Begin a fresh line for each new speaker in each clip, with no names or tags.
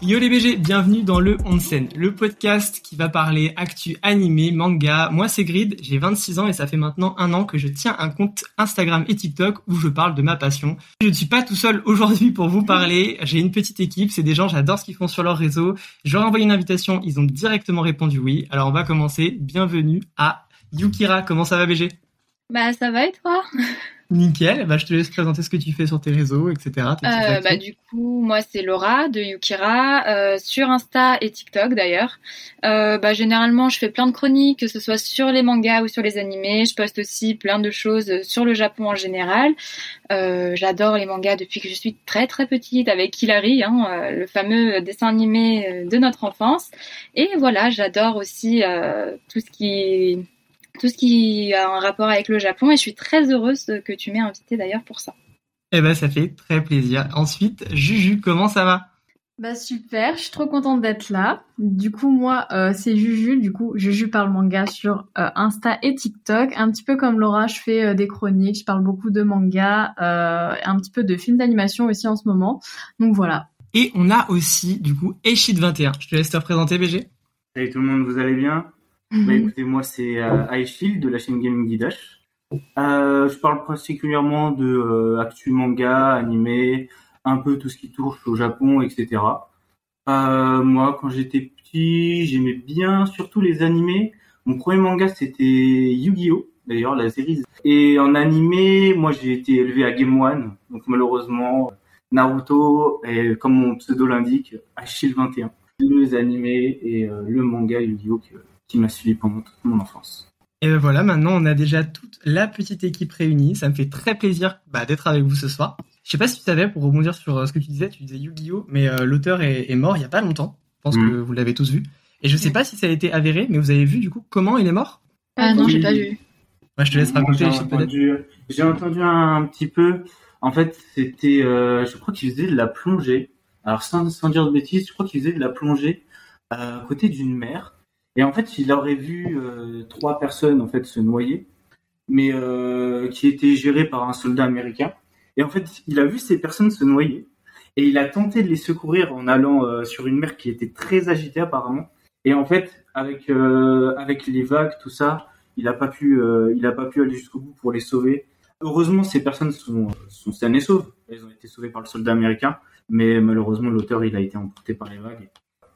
Yo les BG, bienvenue dans le Onsen, le podcast qui va parler actu animé, manga. Moi c'est Grid, j'ai 26 ans et ça fait maintenant un an que je tiens un compte Instagram et TikTok où je parle de ma passion. Je ne suis pas tout seul aujourd'hui pour vous parler, j'ai une petite équipe, c'est des gens, j'adore ce qu'ils font sur leur réseau. Je leur ai envoyé une invitation, ils ont directement répondu oui. Alors on va commencer, bienvenue à Yukira, comment ça va BG
Bah ça va et toi
Nickel, bah, je te laisse présenter ce que tu fais sur tes réseaux, etc. tes petites
Euh,
actus.
bah, du coup, moi c'est Laura de Yukira euh, sur Insta et TikTok d'ailleurs. Euh, bah, généralement, je fais plein de chroniques, que ce soit sur les mangas ou sur les animés. Je poste aussi plein de choses sur le Japon en général. Euh, J'adore les mangas depuis que je suis très très petite avec Hilary, hein, euh, le fameux dessin animé euh, de notre enfance. Et voilà, j'adore aussi euh, tout ce qui tout ce qui a un rapport avec le Japon et je suis très heureuse que tu m'aies invitée d'ailleurs pour ça.
Eh ben ça fait très plaisir. Ensuite, Juju, comment ça va
Bah super, je suis trop contente d'être là. Du coup, moi, euh, c'est Juju. Du coup, Juju parle manga sur euh, Insta et TikTok. Un petit peu comme Laura, je fais euh, des chroniques, je parle beaucoup de manga, euh, un petit peu de films d'animation aussi en ce moment. Donc voilà.
Et on a aussi, du coup, Eshid21. Je te laisse te représenter, BG.
Salut tout le monde, vous allez bien
Mhm.
Bah écoutez, moi c'est euh, Aishil de la chaîne Gaming Didash. Euh, je parle particulièrement de euh, actu manga, animé, un peu tout ce qui touche au Japon, etc. Euh, moi, quand j'étais petit, j'aimais bien surtout les animés. Mon premier manga c'était Yu-Gi-Oh, d'ailleurs la série. Et en animé, moi j'ai été élevé à Game One, donc malheureusement Naruto et comme mon pseudo l'indique, Aishil 21 les animés et euh, le manga Yu-Gi-Oh que- qui m'a suivi pendant toute mon enfance.
Et ben voilà, maintenant on a déjà toute la petite équipe réunie. Ça me fait très plaisir bah, d'être avec vous ce soir. Je sais pas si tu savais, pour rebondir sur euh, ce que tu disais, tu disais Yu-Gi-Oh, mais euh, l'auteur est, est mort il y a pas longtemps. Je pense
Mm.
que vous l'avez tous vu. Et je sais pas si ça a été avéré, mais vous avez vu du coup comment il est mort
Ah non,
Oui.
j'ai pas vu.
Moi, Bah, je te laisse
Moi,
raconter.
j'ai
Eshid, peut-être.
entendu, j'ai entendu un petit peu. En fait, c'était, euh, je crois qu'il faisait de la plongée. Alors sans, sans dire de bêtises, je crois qu'il faisait de la plongée euh, à côté d'une mer. Et en fait, il aurait vu euh, trois personnes en fait se noyer, mais euh, qui étaient gérées par un soldat américain. Et en fait, il a vu ces personnes se noyer et il a tenté de les secourir en allant euh, sur une mer qui était très agitée apparemment. Et en fait, avec euh, avec les vagues, tout ça, il n'a pas pu, euh, il a pas pu aller jusqu'au bout pour les sauver. Heureusement, ces personnes sont, sont saines et sauves. Elles ont été sauvées par le soldat américain, mais malheureusement, l'auteur, il a été emporté par les vagues.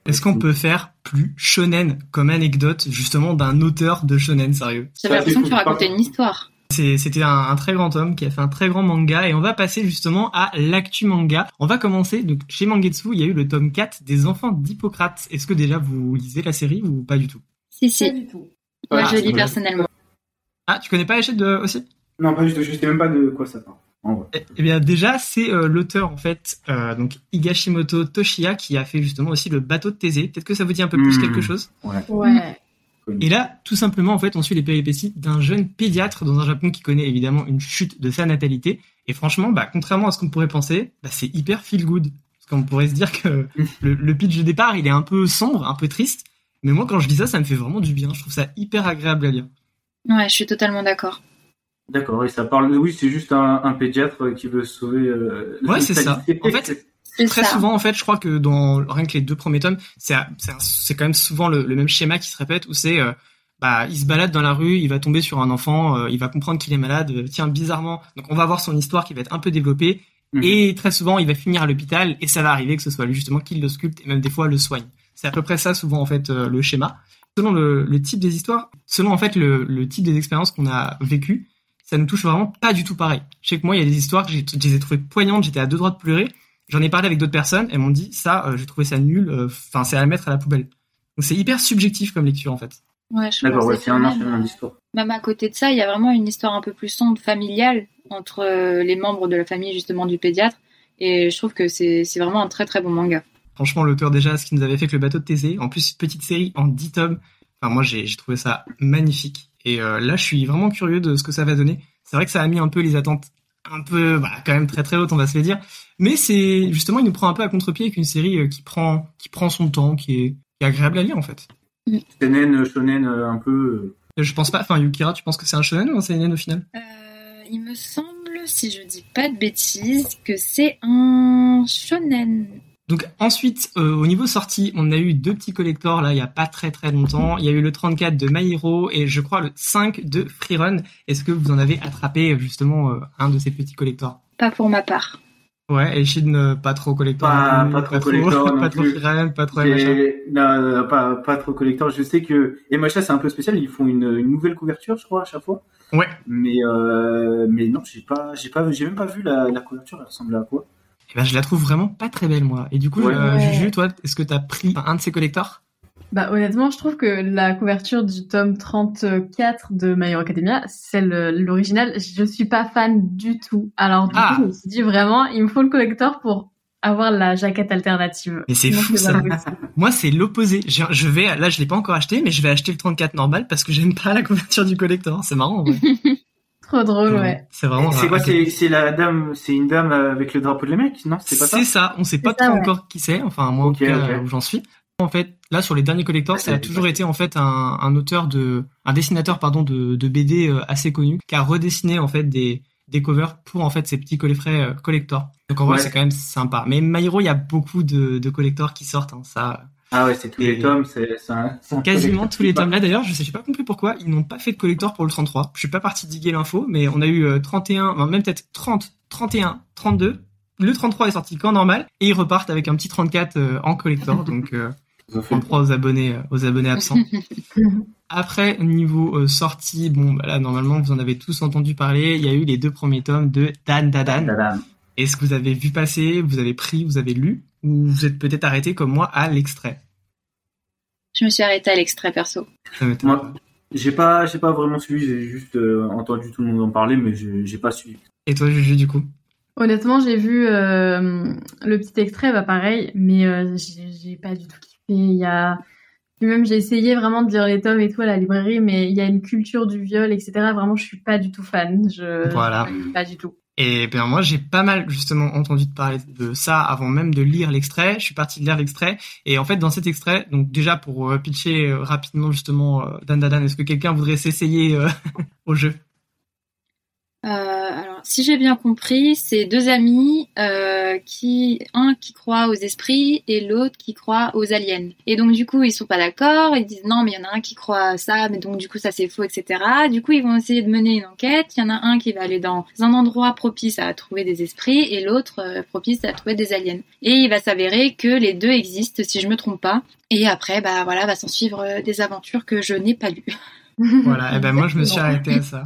Est-ce qu'on peut faire plus shonen comme anecdote justement d'un auteur de shonen sérieux
J'avais
Ça,
l'impression que
c'est
tu
cool.
racontais une histoire.
C'est- C'était un, un très grand homme qui a fait un très grand manga et on va passer justement à l'actu manga. On va commencer, donc chez Mangetsu, il y a eu le tome 4 des enfants d'Hippocrate. Est-ce que déjà vous lisez la série ou pas du tout
Si, si.
du tout.
Moi,
Ah,
je lis
voilà.
personnellement.
Ah, tu connais pas Eshid euh, aussi
Non, pas juste, je sais même pas de quoi ça parle. En vrai.
Eh eh bien déjà, c'est euh, l'auteur en fait, euh, donc Higashimoto Toshiya, qui a fait justement aussi le bateau de Thésée. Peut-être que ça vous dit un peu plus
Hmm.
quelque chose
Ouais.
Et là, tout simplement, en fait, on suit les péripéties d'un jeune pédiatre dans un Japon qui connaît évidemment une chute de sa natalité. Et franchement, bah, contrairement à ce qu'on pourrait penser, bah, c'est hyper feel good. Parce qu'on pourrait se dire que le, le pitch de départ, il est un peu sombre, un peu triste. Mais moi, quand je lis ça, ça me fait vraiment du bien. Je trouve ça hyper agréable à lire.
Ouais, je suis totalement d'accord.
D'accord, et ça parle. Oui, c'est juste un, un pédiatre qui veut sauver. euh,
Ouais, c'est ça.
l'humanité.
En fait,
C'est
Très
ça.
souvent, en fait, je crois que dans rien que les deux premiers tomes, c'est c'est un- c'est quand même souvent le, le même schéma qui se répète où c'est euh, bah il se balade dans la rue, il va tomber sur un enfant, euh, il va comprendre qu'il est malade, euh, tiens bizarrement. Donc on va voir son histoire qui va être un peu développée
Mhm.
et très souvent il va finir à l'hôpital et ça va arriver que ce soit lui justement qui le sculpte et même des fois le soigne. C'est à peu près ça souvent en fait euh, le schéma. Selon le, le type des histoires, selon en fait le, le type des expériences qu'on a vécues, ça nous touche vraiment pas du tout pareil. Je sais que moi il y a des histoires que j'ai- je les ai trouvées poignantes, j'étais à deux droits de pleurer. J'en ai parlé avec d'autres personnes, elles m'ont dit ça, euh, j'ai trouvé ça nul, enfin c'est à mettre à la poubelle. Donc c'est hyper subjectif comme lecture en fait.
Ouais, je
D'accord,
pense
ouais,
que
c'est un
même,
enchaînement
euh,
d'histoire.
Même à côté de ça, il y a vraiment une histoire un peu plus sombre, familiale, entre euh, les membres de la famille, justement, du pédiatre. Et je trouve que c'est c'est vraiment un très très bon manga.
Franchement, l'auteur déjà, ce qu'il nous avait fait avec le bateau de Thésée, en plus petite série en 10 tomes, enfin moi j'ai j'ai trouvé ça magnifique. Et euh, là je suis vraiment curieux de ce que ça va donner. C'est vrai que ça a mis un peu les attentes un peu, voilà, quand même très très haute, on va se le dire. Mais c'est justement, il nous prend un peu à contre-pied avec une série euh, qui prend, qui prend son temps, qui est, qui est agréable à lire en fait.
Shonen, shonen, euh, un peu.
Euh, Je pense pas, enfin Yukira, tu penses que c'est un shonen ou un seinen au final
Euh, il me semble, si je dis pas de bêtises, que c'est un shonen.
Donc ensuite, euh, au niveau sortie, on a eu deux petits collectors là, il y a pas très très longtemps. Il y a eu le 34 de My Hero et je crois le 5 de Freerun. Est-ce que vous en avez attrapé euh, justement euh, un de ces petits collectors
Pas pour ma part.
Ouais, et Shin, euh, pas trop collector.
Pas-
non plus,
pas trop collector non
pas trop
plus.
Freerun, pas trop
J'ai-
machin.
non, non, non, pas, pas trop collector. Je sais que MHA c'est un peu spécial, ils font une, une nouvelle couverture, je crois, à chaque fois.
Ouais.
Mais euh, mais non, j'ai pas, j'ai pas, j'ai même pas vu la, la couverture. Elle ressemble à quoi
Eh ben, je la trouve vraiment pas très belle moi. Et du coup,
Ouais.
euh,
Ouais.
Juju, toi, est-ce que t'as pris un de ces collectors
Bah honnêtement, je trouve que la couverture du tome 34 de My Hero Academia, celle euh, l'original, je suis pas fan du tout. Alors du
Ah.
coup, je me suis dit vraiment, il me faut le collector pour avoir la jaquette alternative.
Mais c'est
Sinon,
fou, ça.
pas possible.
Moi, c'est l'opposé. J'ai- Je vais, là, je l'ai pas encore acheté, mais je vais acheter le 34 normal parce que j'aime pas la couverture du collector. C'est marrant. en vrai.
Trop drôle, ouais.
C'est vraiment.
C'est quoi
un-
C'est c'est la dame, c'est une dame avec le drapeau de les mecs, non C'est pas ça
C'est ça, on sait pas
C'est ça,
trop
ouais.
encore qui c'est, enfin moi
Ok,
en tout cas,
ok.
euh, où j'en suis. En fait, là sur les derniers collectors, ça a
Ouais,
toujours
ouais.
été en fait un, un auteur de, un dessinateur pardon de, de BD euh, assez connu qui a redessiné en fait des des covers pour en fait ces petits coffrets euh, collectors. Donc en vrai
Ouais.
c'est quand même sympa. Mais Myro, il y a beaucoup de, de collectors qui sortent, hein, ça.
Ah ouais, c'est tous
Et-
les tomes, c'est c'est un- c'est un
Quasiment
collector.
tous les tomes là d'ailleurs, je sais j'ai pas compris pourquoi ils n'ont pas fait de collector pour le 33. Je suis pas parti diguer l'info, mais on a eu euh, 31, enfin, même peut-être 30, 31, 32. Le 33 est sorti qu'en normal et ils repartent avec un petit 34 euh, en collector, donc euh,
Ils ont fait-
on prend aux abonnés euh, aux abonnés absents. Après niveau euh, sortie, bon bah là normalement vous en avez tous entendu parler, il y a eu les deux premiers tomes de Dan Dadan.
Tadam.
Est-ce que vous avez vu passer, vous avez pris, vous avez lu ou vous êtes peut-être arrêté comme moi à l'extrait
Je me suis arrêtée à l'extrait perso.
Ça m'étonne.
Moi, j'ai pas, j'ai pas vraiment suivi. J'ai juste euh, entendu tout le monde en parler, mais je- j'ai pas suivi.
Et toi Juju du coup
Honnêtement, j'ai vu euh, le petit extrait, bah pareil, mais euh, j'ai j'ai pas du tout kiffé. Il y a, puis même j'ai essayé vraiment de lire les tomes et tout à la librairie, mais il y a une culture du viol, etc. Vraiment, je suis pas du tout fan. Je
Voilà.
pas du tout.
Et bien moi j'ai pas mal justement entendu de parler de ça avant même de lire l'extrait. Je suis parti de lire l'extrait et en fait dans cet extrait, donc déjà pour euh, pitcher euh, rapidement justement euh, Dan Dadan, est-ce que quelqu'un voudrait s'essayer euh, au jeu
Euh, alors, si j'ai bien compris, c'est deux amis, euh, qui un qui croit aux esprits et l'autre qui croit aux aliens. Et donc du coup, ils sont pas d'accord. Ils disent non, mais il y en a un qui croit à ça, mais donc du coup ça c'est faux, etc. Du coup, ils vont essayer de mener une enquête. Il y en a un qui va aller dans un endroit propice à trouver des esprits et l'autre euh, propice à trouver des aliens. Et il va s'avérer que les deux existent, si je me trompe pas. Et après, bah voilà, va s'en suivre euh, des aventures que je n'ai pas lues.
Voilà, et ben moi je me suis arrêté
Exactement.
à ça.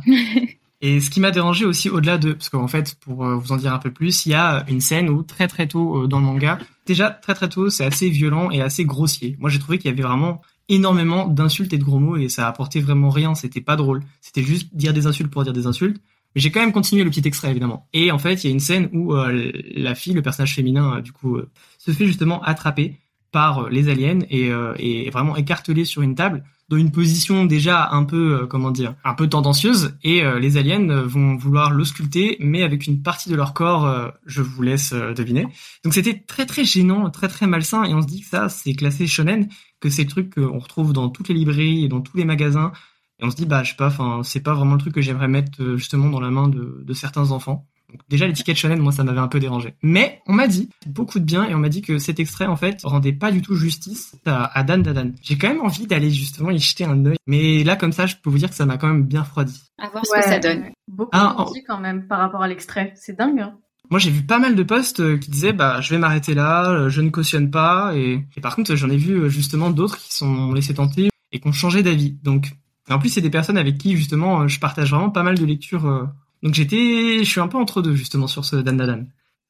Et ce qui m'a dérangé aussi au-delà de, parce qu'en fait, pour euh, vous en dire un peu plus, il y a euh, une scène où très très tôt euh, dans le manga, déjà très très tôt, c'est assez violent et assez grossier. Moi j'ai trouvé qu'il y avait vraiment énormément d'insultes et de gros mots et ça apportait vraiment rien, c'était pas drôle. C'était juste dire des insultes pour dire des insultes. Mais j'ai quand même continué le petit extrait évidemment. Et en fait, il y a une scène où euh, la fille, le personnage féminin, euh, du coup, euh, se fait justement attraper par euh, les aliens et, euh, et vraiment écartelée sur une table dans une position déjà un peu euh, comment dire un peu tendancieuse et euh, les aliens euh, vont vouloir l'ausculter mais avec une partie de leur corps euh, je vous laisse euh, deviner donc c'était très très gênant très très malsain et on se dit que ça c'est classé shonen que c'est le truc qu'on retrouve dans toutes les librairies et dans tous les magasins et on se dit bah je sais pas enfin c'est pas vraiment le truc que j'aimerais mettre euh, justement dans la main de, de certains enfants donc, Déjà, l'étiquette shonen, moi, ça m'avait un peu dérangé. Mais on m'a dit beaucoup de bien et on m'a dit que cet extrait, en fait, rendait pas du tout justice à, à Dan Dadan. J'ai quand même envie d'aller justement y jeter un œil. Mais là, comme ça, je peux vous dire que ça m'a quand même bien froidi.
À voir ce
Ouais.
que ça donne.
Beaucoup
Ah,
de dit quand même par rapport à l'extrait. C'est dingue. hein.
Moi, j'ai vu pas mal de posts euh, qui disaient, bah, je vais m'arrêter là, euh, je ne cautionne pas. Et, et par contre, j'en ai vu euh, justement d'autres qui sont laissés tenter et qui ont changé d'avis. Donc, et en plus, c'est des personnes avec qui, justement, euh, je partage vraiment pas mal de lectures. euh. Donc, j'étais, je suis un peu entre deux, justement, sur ce Dan Dadan.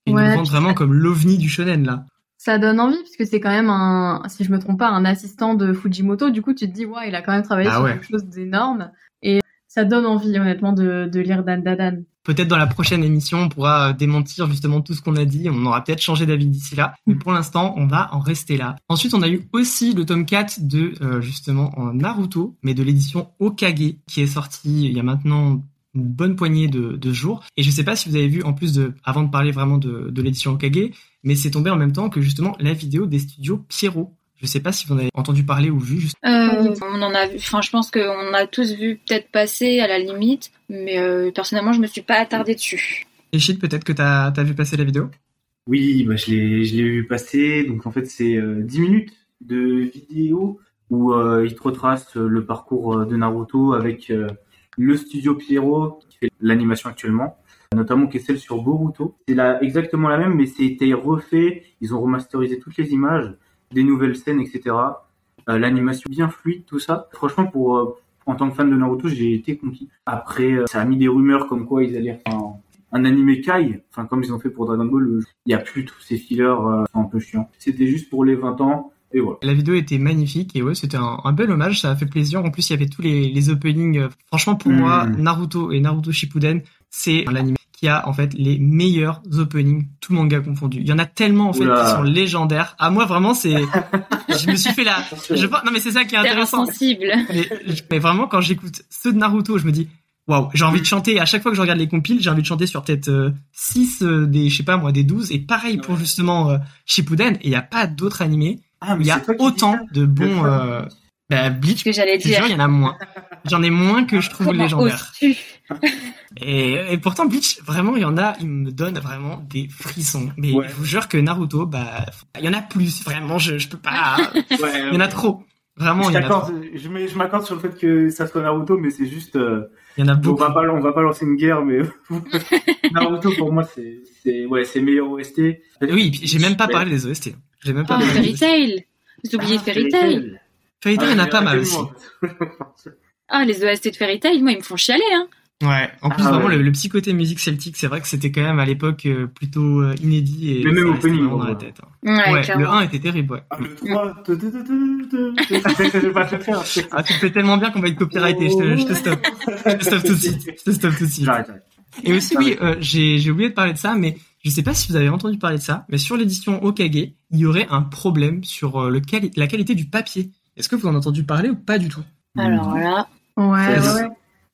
Ils
Ouais,
nous vendent
puis-
vraiment comme l'ovni du shonen, là.
Ça donne envie puisque c'est quand même un, si je me trompe pas, un assistant de Fujimoto. Du coup, tu te dis, ouais, il a quand même travaillé
Ah
sur
ouais.
quelque chose d'énorme. Et ça donne envie, honnêtement, de, de lire Dan Dadan.
Peut-être dans la prochaine émission, on pourra euh, démentir justement tout ce qu'on a dit. On aura peut-être changé d'avis d'ici là. Mais pour l'instant, on va en rester là. Ensuite, on a eu aussi le tome 4 de, euh, justement, en Naruto, mais de l'édition Okage, qui est sorti il y a maintenant une bonne poignée de, de jours. Et je sais pas si vous avez vu, en plus de, avant de parler vraiment de, de l'édition Okage, mais c'est tombé en même temps que justement la vidéo des studios Pierrot. Je sais pas si vous en avez entendu parler ou vu. Juste...
Euh, on en a vu, enfin, je pense qu'on a tous vu peut-être passer à la limite, mais euh, personnellement, je me suis pas attardée dessus.
Et Chid, peut-être que t'as as vu passer la vidéo
Oui, bah, je l'ai je l'ai vu passer. Donc en fait, c'est euh, 10 minutes de vidéo où euh, il te retrace euh, le parcours euh, de Naruto avec euh, le studio Pierrot qui fait l'animation actuellement, notamment qui est celle sur Boruto. C'est la, exactement la même, mais c'était refait. Ils ont remasterisé toutes les images, des nouvelles scènes, etc. Euh, L'animation bien fluide, tout ça. Franchement, pour euh, en tant que fan de Naruto, j'ai été conquis. Après, euh, ça a mis des rumeurs comme quoi ils allaient faire un, un animé Kai, enfin comme ils ont fait pour Dragon Ball. euh, Il n'y a plus tous ces fillers euh, un peu chiants. C'était juste pour les 20 ans. Et voilà.
La vidéo était magnifique et ouais, c'était un, un bel hommage, ça a fait plaisir. En plus, il y avait tous les, les openings. Euh, Franchement, pour
Mm.
moi, Naruto et Naruto Shippuden, c'est l'anime qui a en fait les meilleurs openings, tout manga confondu. Il y en a tellement en fait
Oula.
qui sont légendaires. À moi, vraiment, c'est. je me suis fait la. Je... pense- Non, mais c'est ça qui est
Terre
intéressant.
sensible.
Mais, mais vraiment, quand j'écoute ceux de Naruto, je me dis, waouh, j'ai envie de chanter. À chaque fois que je regarde les compiles, j'ai envie de chanter sur peut-être 6 des, je sais pas moi, des 12. Et pareil pour
Ouais.
justement euh, Shippuden. Et il n'y a pas d'autres animés.
Ah, mais
Il y a
c'est toi qui dis
autant
ça
de bons.
Le
euh, bah,
Ce
Bleach,
que j'allais
je te jure,
dire.
il y en a moins. J'en ai moins que je trouve
Comment
légendaire.
oses-tu
Et, et pourtant, Bleach, vraiment, il y en a, il me donne vraiment des frissons. Mais
Ouais.
je vous jure que Naruto, bah, il y en a plus. Vraiment, je, je peux pas.
Ouais,
Il y en a trop. Vraiment,
je
il y en a trop.
t'accorde, je mets- je m'accorde sur le fait que ça soit Naruto, mais c'est juste, euh,
Il y en a
on
beaucoup.
va pas, on va pas lancer une guerre, mais Naruto pour moi c'est, c'est, ouais, c'est meilleur OST.
Et Oui, et puis j'ai même pas
Ouais.
parlé des OST. J'ai même pas
Oh,
parlé
Fairy
des OST.
Tail Vous oubliez
Ah,
Fairy Tail
Fairy Tail, il y en
Ah,
a pas mal aussi.
tellement.
Ah, les OST de Fairy Tail, moi, ils me font chialer, hein.
Ouais. En plus,
Ah,
vraiment,
ouais.
le, le petit côté musique celtique, c'est vrai que c'était quand même à l'époque euh, plutôt euh, inédit et
Mais même
ça restait
opening,
vraiment dans
ouais.
la tête. hein.
Ouais,
Ouais, le
clairement.
1 était terrible, ouais.
Ah, le 3, tu- tu- tu- tu- tu- tu- tu- je vais pas te le faire.
Ah, tu le fais tellement bien qu'on va être copyrighté, je te, je te stoppe. Je te stoppe tout de suite. Je te stoppe tout de suite.
J'arrête, j'arrête.
Et aussi,
Ah,
oui, euh, j'ai j'ai oublié de parler de ça, mais je sais pas si vous avez entendu parler de ça, mais sur l'édition Okage, il y aurait un problème sur euh, le quali- la qualité du papier. Est-ce que vous en avez entendu parler ou pas du tout
Alors là,
Ouais, ouais,
C'est-
ouais.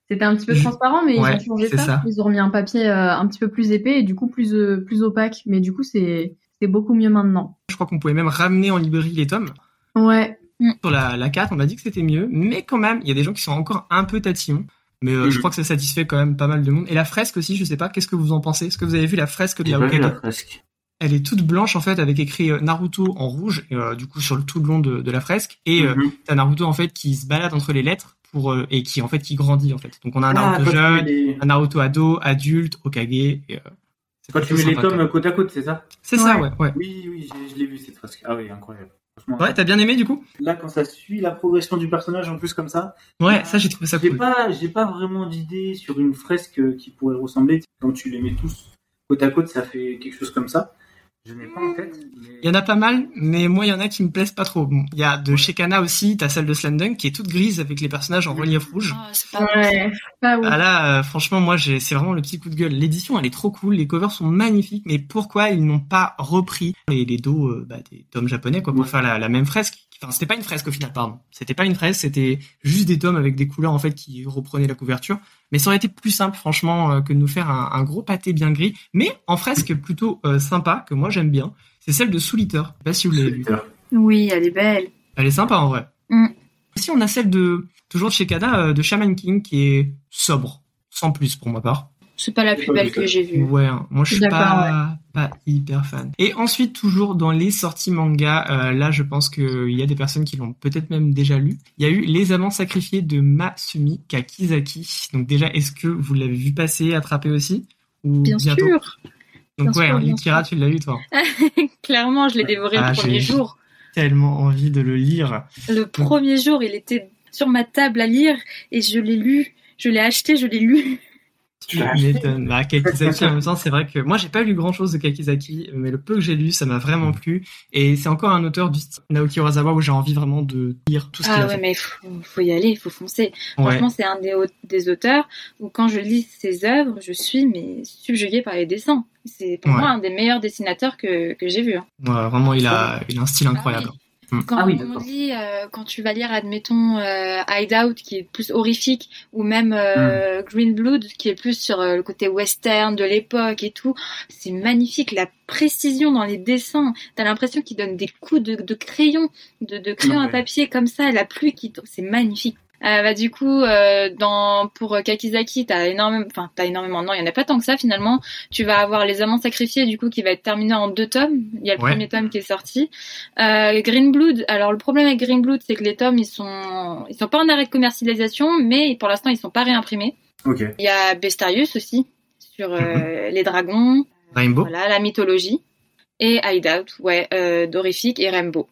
C'était un petit peu
Je-
transparent, mais ils
Ouais,
ont changé
c'est
ça.
ça.
Ils ont remis un papier euh, un petit peu plus épais et du coup plus, euh, plus opaque. Mais du coup, c'est c'est beaucoup mieux maintenant.
Je crois qu'on pouvait même ramener en librairie les tomes.
Ouais,
Sur la, la carte, on a dit que c'était mieux, mais quand même, il y a des gens qui sont encore un peu tatillons. Mais euh, je
Mhm.
crois que ça satisfait quand même pas mal de monde. Et la fresque aussi, je sais pas, qu'est-ce que vous en pensez Est-ce que vous avez vu la fresque de
J'ai
la
pas vu Eh ben, la
Okage
fresque.
Elle est toute blanche en fait, avec écrit euh, Naruto en rouge, et, euh, du coup sur le tout le long de, de la fresque. Et euh,
Mhm.
t'as Naruto en fait qui se balade entre les lettres pour euh, et qui en fait qui grandit en fait. Donc on a un
Ah,
Naruto
toi, tu mets
jeune,
les-
un Naruto ado, adulte, Okage. Et, euh, c'est
Quand tu
plutôt
mets les
sympa, quand même.
tomes côte à côte, c'est ça
C'est ça, ouais. Ouais,
Oui, oui, j'ai- je l'ai vu cette fresque. Ah oui, incroyable. Franchement,
ouais t'as bien aimé du coup
Là, quand ça suit la progression du personnage en plus comme ça,
Ouais, ça j'ai trouvé ça
J'ai
cool.
pas, j'ai pas vraiment d'idée sur une fresque euh, qui pourrait ressembler. Quand tu les mets tous côte à côte, ça fait quelque chose comme ça. Je n'ai pas en tête. mais-
Il y en a pas mal, mais moi, il y en a qui me plaisent pas trop. Bon, il y a de chez Kana aussi, t'as celle de Slendunk qui est toute grise avec les personnages en relief rouge.
oh, c'est pas
Ah ouais. Pas ouf.
Ah là, euh, franchement, moi, j'ai- c'est vraiment le petit coup de gueule. L'édition, elle est trop cool, les covers sont magnifiques, mais pourquoi ils n'ont pas repris les, les dos euh, bah, des tomes japonais quoi, pour
Ouais.
faire la, la même fresque Enfin, c'était pas une fresque au final, pardon. C'était pas une fresque, c'était juste des tomes avec des couleurs en fait qui reprenaient la couverture. Mais ça aurait été plus simple, franchement, euh, que de nous faire un, un gros pâté bien gris, mais en fresque plutôt euh, sympa que moi j'aime bien. C'est celle de Souliter. Je sais pas si vous l'avez vue.
Oui, elle est belle.
Elle est sympa en vrai.
Mm.
Si on a celle de toujours de chez Kada euh, de Shaman King qui est sobre, sans plus pour ma part.
C'est pas la plus belle que j'ai vue.
Ouais, hein. moi je suis
D'accord,
pas pas hyper fan. Et ensuite toujours dans les sorties manga, euh, là je pense que il y a des personnes qui l'ont peut-être même déjà lu. Il y a eu Les Amants Sacrifiés de Masumi Kakizaki. Donc déjà est-ce que vous l'avez vu passer, attraper aussi ou
Bien
bientôt
sûr.
Donc
bien
ouais,
sûr,
un
bien
Yukira, tu l'as lu toi.
Clairement, je l'ai dévoré
Ah,
le premier
j'ai-
jour.
Tellement envie de le lire.
Le premier jour, il était sur ma table à lire et je l'ai lu. Je l'ai acheté, je l'ai lu.
Tu
l'as
m'étonnes. Bah, Kakizaki, en même temps, c'est vrai que moi, j'ai pas lu grand chose de Kakizaki, mais le peu que j'ai lu, ça m'a vraiment
Mm.
plu. Et c'est encore un auteur du style Naoki Urasawa où j'ai envie vraiment de lire tout ce qu'il
Ah
a
ouais,
fait.
mais faut, faut y aller, faut foncer.
Ouais.
Franchement, c'est un des, au- des auteurs où quand je lis ses œuvres, je suis mais subjuguée par les dessins. C'est pour
Ouais.
moi un des meilleurs dessinateurs que, que j'ai vu. hein.
Ouais, vraiment, il a, il a un style incroyable.
Ah oui. Quand
Ah oui,
on
d'accord.
dit, euh, quand tu vas lire, admettons, euh, Hideout, qui est plus horrifique, ou même euh, Green Blood, qui est plus sur euh, le côté western de l'époque et tout, c'est magnifique, la précision dans les dessins. T'as l'impression qu'ils donnent des coups de, de crayon, de, de crayon à
Ouais.
papier comme ça, la pluie qui tombe, c'est magnifique. Euh, bah, du coup, euh, dans, pour euh, Kakizaki, t'as énormément, enfin t'as énormément, non, il y en a pas tant que ça finalement. Tu vas avoir Les Amants Sacrifiés, du coup, qui va être terminé en deux tomes. Il y a le
Ouais.
premier tome qui est sorti. Euh, Green Blood, alors le problème avec Green Blood, c'est que les tomes, ils sont, ils sont pas en arrêt de commercialisation, mais pour l'instant, ils sont pas réimprimés.
Ok.
Il y a Bestarius aussi, sur
Mhm.
euh, les dragons,
Rainbow.
voilà, la mythologie. Et Hideout, ouais, euh, Dorifique et Rainbow.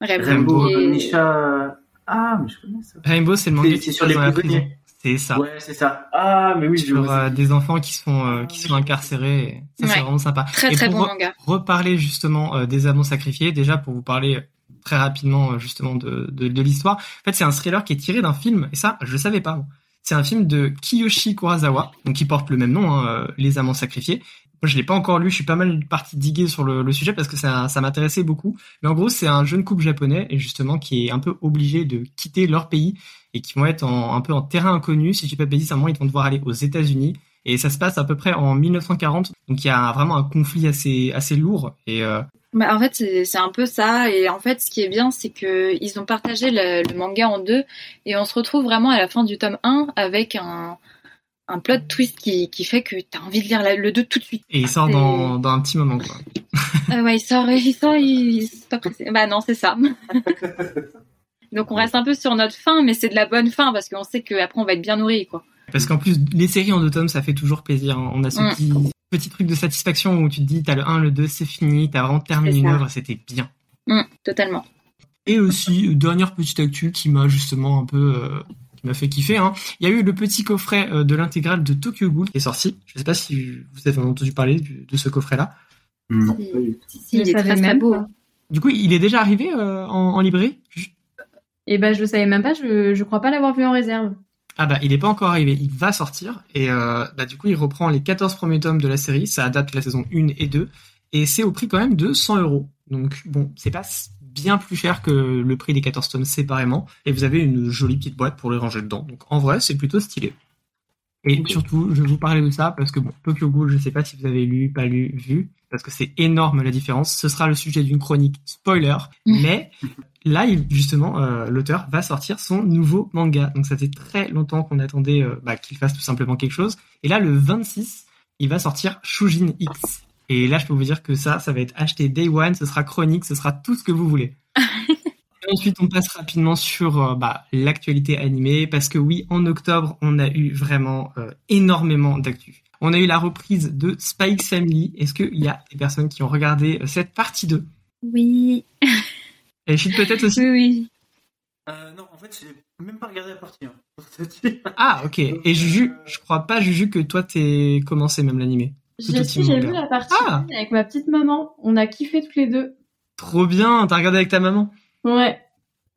Rainbow,
qui
euh,
est-
Nisha. Ah, mais je connais ça.
Rainbow, c'est le
C'est-
manga
c'est
qui se
sur
passe
les
dans la
prisonniers.
prison. C'est ça.
Ouais, c'est ça. Ah, mais oui, je
sur
vois.
euh,
ça.
des enfants qui se font euh, qui sont
Ouais.
incarcérés. et Ça c'est
Ah Ouais.
vraiment sympa.
Très
Et
très
pour
bon
re-
manga.
reparler justement euh, des amants sacrifiés, déjà pour vous parler euh, très rapidement euh, justement de, de, de l'histoire. En fait, c'est un thriller qui est tiré d'un film et ça, je le savais pas. moi. C'est un film de Kiyoshi Kurosawa, donc qui porte le même nom, hein, euh, Les amants sacrifiés. Moi, je l'ai pas encore lu. Je suis pas mal parti diguer sur le, le sujet parce que ça, ça m'intéressait beaucoup. Mais en gros, c'est un jeune couple japonais et justement qui est un peu obligé de quitter leur pays et qui vont être en- un peu en terrain inconnu. Si je dis pas de bêtises, à un moment, ils vont devoir aller aux États-Unis. Et ça se passe à peu près en 1940. Donc il y a un- vraiment un conflit assez, assez lourd. Et euh,
Bah, en fait, c'est c'est un peu ça. Et en fait, ce qui est bien, c'est que ils ont partagé le, le manga en deux. Et on se retrouve vraiment à la fin du tome 1 avec un, un plot twist qui, qui fait que t'as envie de lire la- le 2 tout de suite.
et il sort dans, dans un petit moment. Quoi.
Euh, ouais, il sort, il sort, il, il c'est pas pressé. Bah non, c'est ça. Donc on reste un peu sur notre fin, mais c'est de la bonne fin parce qu'on sait qu'après on va être bien nourri, quoi.
Parce qu'en plus, les séries en deux tomes, ça fait toujours plaisir. hein. On a ce
Mm.
petit, petit truc de satisfaction où tu te dis, t'as le 1, le 2, c'est fini, t'as vraiment terminé
C'est
une
ça.
œuvre, c'était bien.
Hum, totalement.
Et aussi, euh, dernière petite actu qui m'a justement un peu... euh, qui m'a fait kiffer. Hein. Il y a eu le petit coffret euh, de l'intégrale de Tokyo Ghoul qui est sorti. Je sais pas si vous avez entendu parler du- de ce coffret-là.
Hmm.
Non.
Si,
pas du tout.
si, il
Je
est très
savais
très
même
beau.
pas.
Du coup, il est déjà arrivé euh, en, en librairie
Et ben je le savais même pas, je, je crois pas l'avoir vu en réserve.
Ah bah, il n'est pas encore arrivé, il va sortir. Et euh, bah, du coup, il reprend les 14 premiers tomes de la série, ça adapte la saison 1 et 2. Et c'est au prix quand même de 100 euros. Donc bon, c'est pas s- bien plus cher que le prix des 14 tomes séparément. Et vous avez une jolie petite boîte pour les ranger dedans. Donc en vrai, c'est plutôt stylé. Et
Ok.
surtout, je vais vous parler de ça parce que bon, Tokyo Ghoul, je sais pas si vous avez lu, pas lu, vu, parce que c'est énorme la différence. Ce sera le sujet d'une chronique spoiler, mais là, il- justement, euh, l'auteur va sortir son nouveau manga. Donc ça fait très longtemps qu'on attendait euh, bah, qu'il fasse tout simplement quelque chose. Et là, le 26, il va sortir Shujin X. Et là, je peux vous dire que ça, ça va être acheté day one, ce sera chronique, ce sera tout ce que vous voulez. Et ensuite, on passe rapidement sur euh, bah, l'actualité animée, parce que oui, en octobre, on a eu vraiment euh, énormément d'actu. On a eu la reprise de Spike Family. Est-ce qu'il y a des personnes qui ont regardé euh, cette partie 2
Oui,
Et je suis peut-être aussi...
oui, oui.
Euh, non, en fait, j'ai même pas regardé la partie. hein, pour te dire.
Ah, ok. Et Juju, je crois pas, Juju, que toi, t'es commencé même l'animé.
Je
Petit
si, j'ai
manga.
vu la partie
Ah.
avec ma petite maman. On a kiffé toutes les deux.
Trop bien, t'as regardé avec ta maman
Ouais.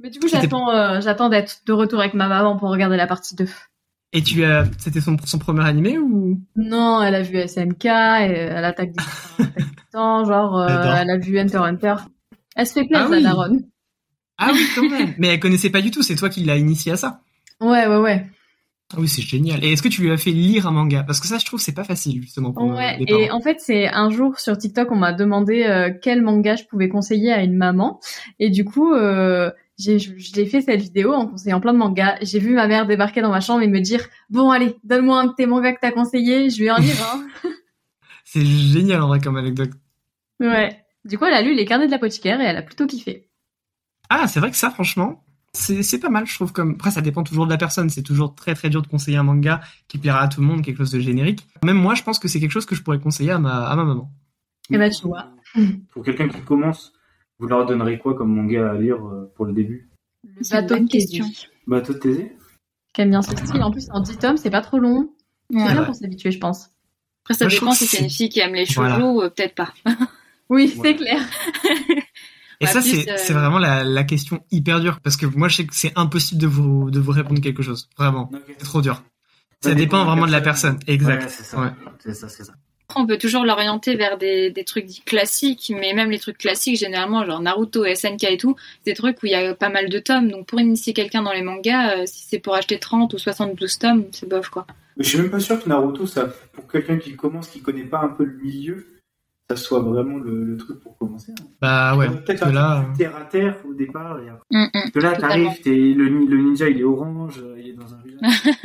Mais du coup,
C'était-
j'attends, euh, j'attends d'être de retour avec ma maman pour regarder la partie 2.
Et tu as... C'était son, son premier animé ou...
Non, elle a vu SMK, et euh, elle attaque des Titans, Attaque des Titans, genre, euh,
J'adore.
elle a vu Hunter x Hunter. Elle se fait plaisir,
Ah oui.
la daronne.
Ah oui, quand même Mais elle connaissait pas du tout, c'est toi qui l'as initié à ça
Ouais, ouais, ouais.
Ah oui, c'est génial. Et est-ce que tu lui as fait lire un manga Parce que ça, je trouve, c'est pas facile, justement, pour euh,
Ouais,
les
et
parents.
en fait, c'est un jour sur TikTok, on m'a demandé euh, quel manga je pouvais conseiller à une maman. Et du coup, euh, j'ai, je, je l'ai fait cette vidéo en conseillant plein de mangas. J'ai vu ma mère débarquer dans ma chambre et me dire Bon, allez, donne-moi un de tes mangas que t'as conseillé, je vais en lire hein. un.
C'est génial, en vrai, comme anecdote.
ouais. Du coup, elle a lu Les carnets de l'apothicaire et elle a plutôt kiffé.
Ah, c'est vrai que ça, franchement, c'est c'est pas mal, je trouve. Comme... Après, ça dépend toujours de la personne. C'est toujours très, très dur de conseiller un manga qui plaira à tout le monde, quelque chose de générique. Même moi, je pense que c'est quelque chose que je pourrais conseiller à ma, à ma maman.
Eh ben, tu vois.
Pour quelqu'un qui commence, vous leur donnerez quoi comme manga à lire euh, pour le début
Le
C'est une bonne question.
Bah, toi, t'es
Qui aime bien ce style. En plus, en 10 tomes, c'est pas trop long. C'est
Ouais.
bien
vrai.
pour s'habituer, je pense.
Après, ça
Moi, je
dépend
trouve
si
que
c'est
c'est-
une fille qui aime les shoujo
Voilà.
ou euh, peut-être pas.
Oui,
Ouais.
c'est clair.
Et
Ouais,
ça,
plus,
c'est
euh,
c'est vraiment la, la question hyper dure. Parce que moi, je sais que c'est impossible de vous, de vous répondre quelque chose. Vraiment. C'est trop dur. Ça dépend vraiment de la personne. Exact.
Ouais, c'est ça.
Ouais.
C'est ça, c'est ça.
on peut toujours l'orienter vers des, des trucs dits classiques, mais même les trucs classiques, généralement, genre Naruto, SNK et tout, c'est des trucs où il y a pas mal de tomes. Donc pour initier quelqu'un dans les mangas, euh, si c'est pour acheter 30 ou 72 tomes, c'est bof quoi.
Je suis même pas sûr que Naruto, ça, pour quelqu'un qui commence, qui connaît pas un peu le milieu, ça soit vraiment le, le truc pour commencer. hein.
Bah ouais.
Peut-être
parce que là,
un truc terre à terre au départ. Et après-
Hum, hum.
Parce que là,
Totalement.
t'arrives, t'es- le, ni- le ninja il est orange, euh, il est dans un village.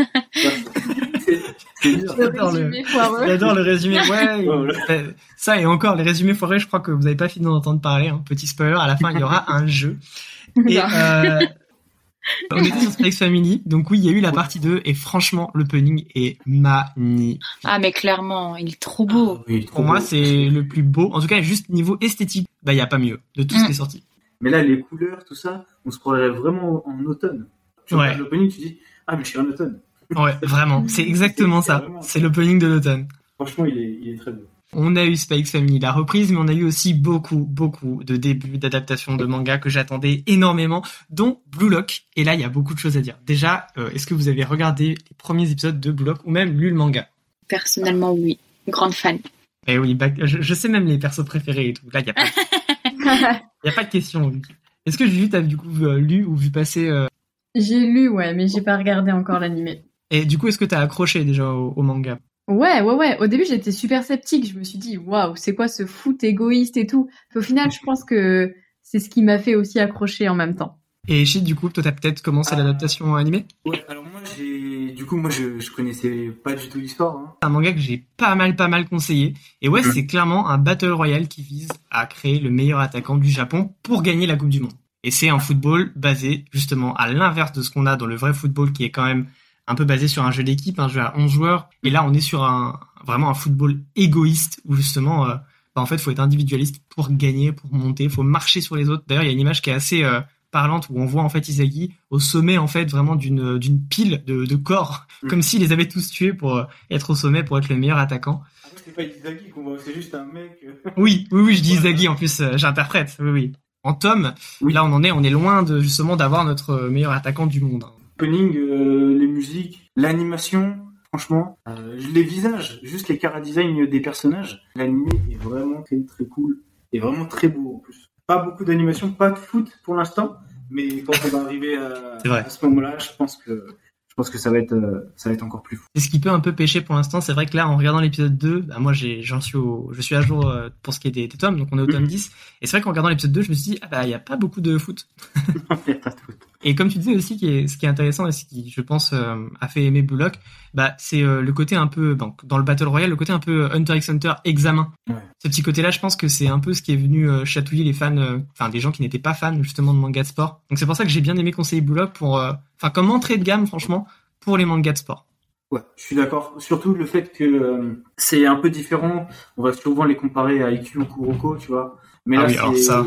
C'est- c'est dur.
J'adore le-
Résumé foireux.
J'adore le résumé. Ouais.
Ouais, ouais.
euh, Ça et encore les résumés forêts. Je crois que vous n'avez pas fini d'en entendre parler. hein. Petit spoiler. À la fin, il y aura un jeu. Et,
Non.
euh, on était sur Spikes Family. Donc oui, il y a eu la partie 2 et franchement, l'opening est magnifique.
Ah mais clairement, il est trop beau.
Oui, trop
Pour moi,
beau.
c'est le plus beau. En tout cas, juste niveau esthétique, bah il y a pas mieux de
Mm.
tout ce qui est sorti.
Mais là, les couleurs, tout ça, on se croirait vraiment en automne. Tu
Ouais.
regardes l'opening, tu dis Ah, mais je suis en automne.
Ouais, vraiment. C'est exactement
C'est
ça.
vraiment-
C'est l'opening de l'automne.
Franchement, il est, il est très beau.
On a eu Spikes Family, la reprise, mais on a eu aussi beaucoup, beaucoup de débuts d'adaptations de mangas que j'attendais énormément, dont Blue Lock. Et là, il y a beaucoup de choses à dire. Déjà, euh, est-ce que vous avez regardé les premiers épisodes de Blue Lock ou même lu le manga
Personnellement, oui. Grande fan.
Eh oui, bah, je, je sais même les persos préférés et tout. Là, il n'y a, pas- il y a pas de question. Luc. Est-ce que Juju, t'as du coup euh, lu ou vu passer euh,
j'ai lu, ouais, mais j'ai pas regardé encore l'animé.
Et du coup, est-ce que t'as accroché déjà au, au manga
Ouais, ouais, ouais. Au début, j'étais super sceptique. Je me suis dit, waouh, c'est quoi ce foot égoïste et tout. Puis au final, je pense que c'est ce qui m'a fait aussi accrocher en même temps.
Et Shit, du coup, toi, t'as peut-être commencé
Ah.
l'adaptation animée
Ouais, alors moi, j'ai. Du coup, moi, je, je connaissais pas du tout l'histoire. hein.
C'est un manga que j'ai pas mal pas mal conseillé. Et ouais,
Mhm.
c'est clairement un battle royale qui vise à créer le meilleur attaquant du Japon pour gagner la Coupe du Monde. Et c'est un football basé justement à l'inverse de ce qu'on a dans le vrai football qui est quand même un peu basé sur un jeu d'équipe, un jeu à 11 joueurs. Et là, on est sur un vraiment un football égoïste où justement, euh, bah, en fait, faut être individualiste pour gagner, pour monter, faut marcher sur les autres. D'ailleurs, il y a une image qui est assez euh, parlante où on voit en fait Isagi au sommet en fait vraiment d'une d'une pile de, de corps,
Mhm.
comme s'il les avait tous tués pour euh, être au sommet pour être le meilleur attaquant.
Après, c'est pas Isagi qu'on voit, c'est juste un mec. euh,
Oui, oui, oui, je dis Isagi en plus, euh, j'interprète. Oui, oui. En tome,
Oui.
là on en est, on est loin de justement d'avoir notre euh, meilleur attaquant du monde. hein.
Opening, euh, les musiques, l'animation, franchement, euh, les visages, juste les chara-design des personnages. L'animé est vraiment très très cool et vraiment très beau en plus. Pas beaucoup d'animation, pas de foot pour l'instant, mais quand on va arriver à,
C'est vrai.
à ce moment-là, je pense que je pense que ça va être euh, ça va être encore plus fou.
C'est ce qui peut un peu pêcher pour l'instant. C'est vrai que là, en regardant l'épisode 2, bah, moi j'ai- j'en suis au- je suis à jour euh, pour ce qui est des, des tomes, donc on est au tome
Mhm.
10. Et c'est vrai qu'en regardant l'épisode 2, je me suis dit, ah bah il n'y a pas beaucoup de foot.
Il y a pas de foot.
Et comme tu disais aussi, qui est- ce qui est intéressant et ce qui, je pense, euh, a fait aimer Blue Lock, bah, c'est euh, le côté un peu, dans, dans le Battle Royale, le côté un peu euh, Hunter x Hunter examen.
Ouais.
Ce petit côté-là, je pense que c'est un peu ce qui est venu euh, chatouiller les fans, euh, enfin, des gens qui n'étaient pas fans, justement, de manga de sport. Donc c'est pour ça que j'ai bien aimé conseiller Blue Lock pour, euh, enfin, comme entrée de gamme, franchement, pour les mangas de sport.
Ouais, je suis d'accord. Surtout le fait que euh, c'est un peu différent. On va souvent les comparer à IQ ou Kuroko, tu vois. Mais
Ah
là,
oui, alors
c'est-
ça.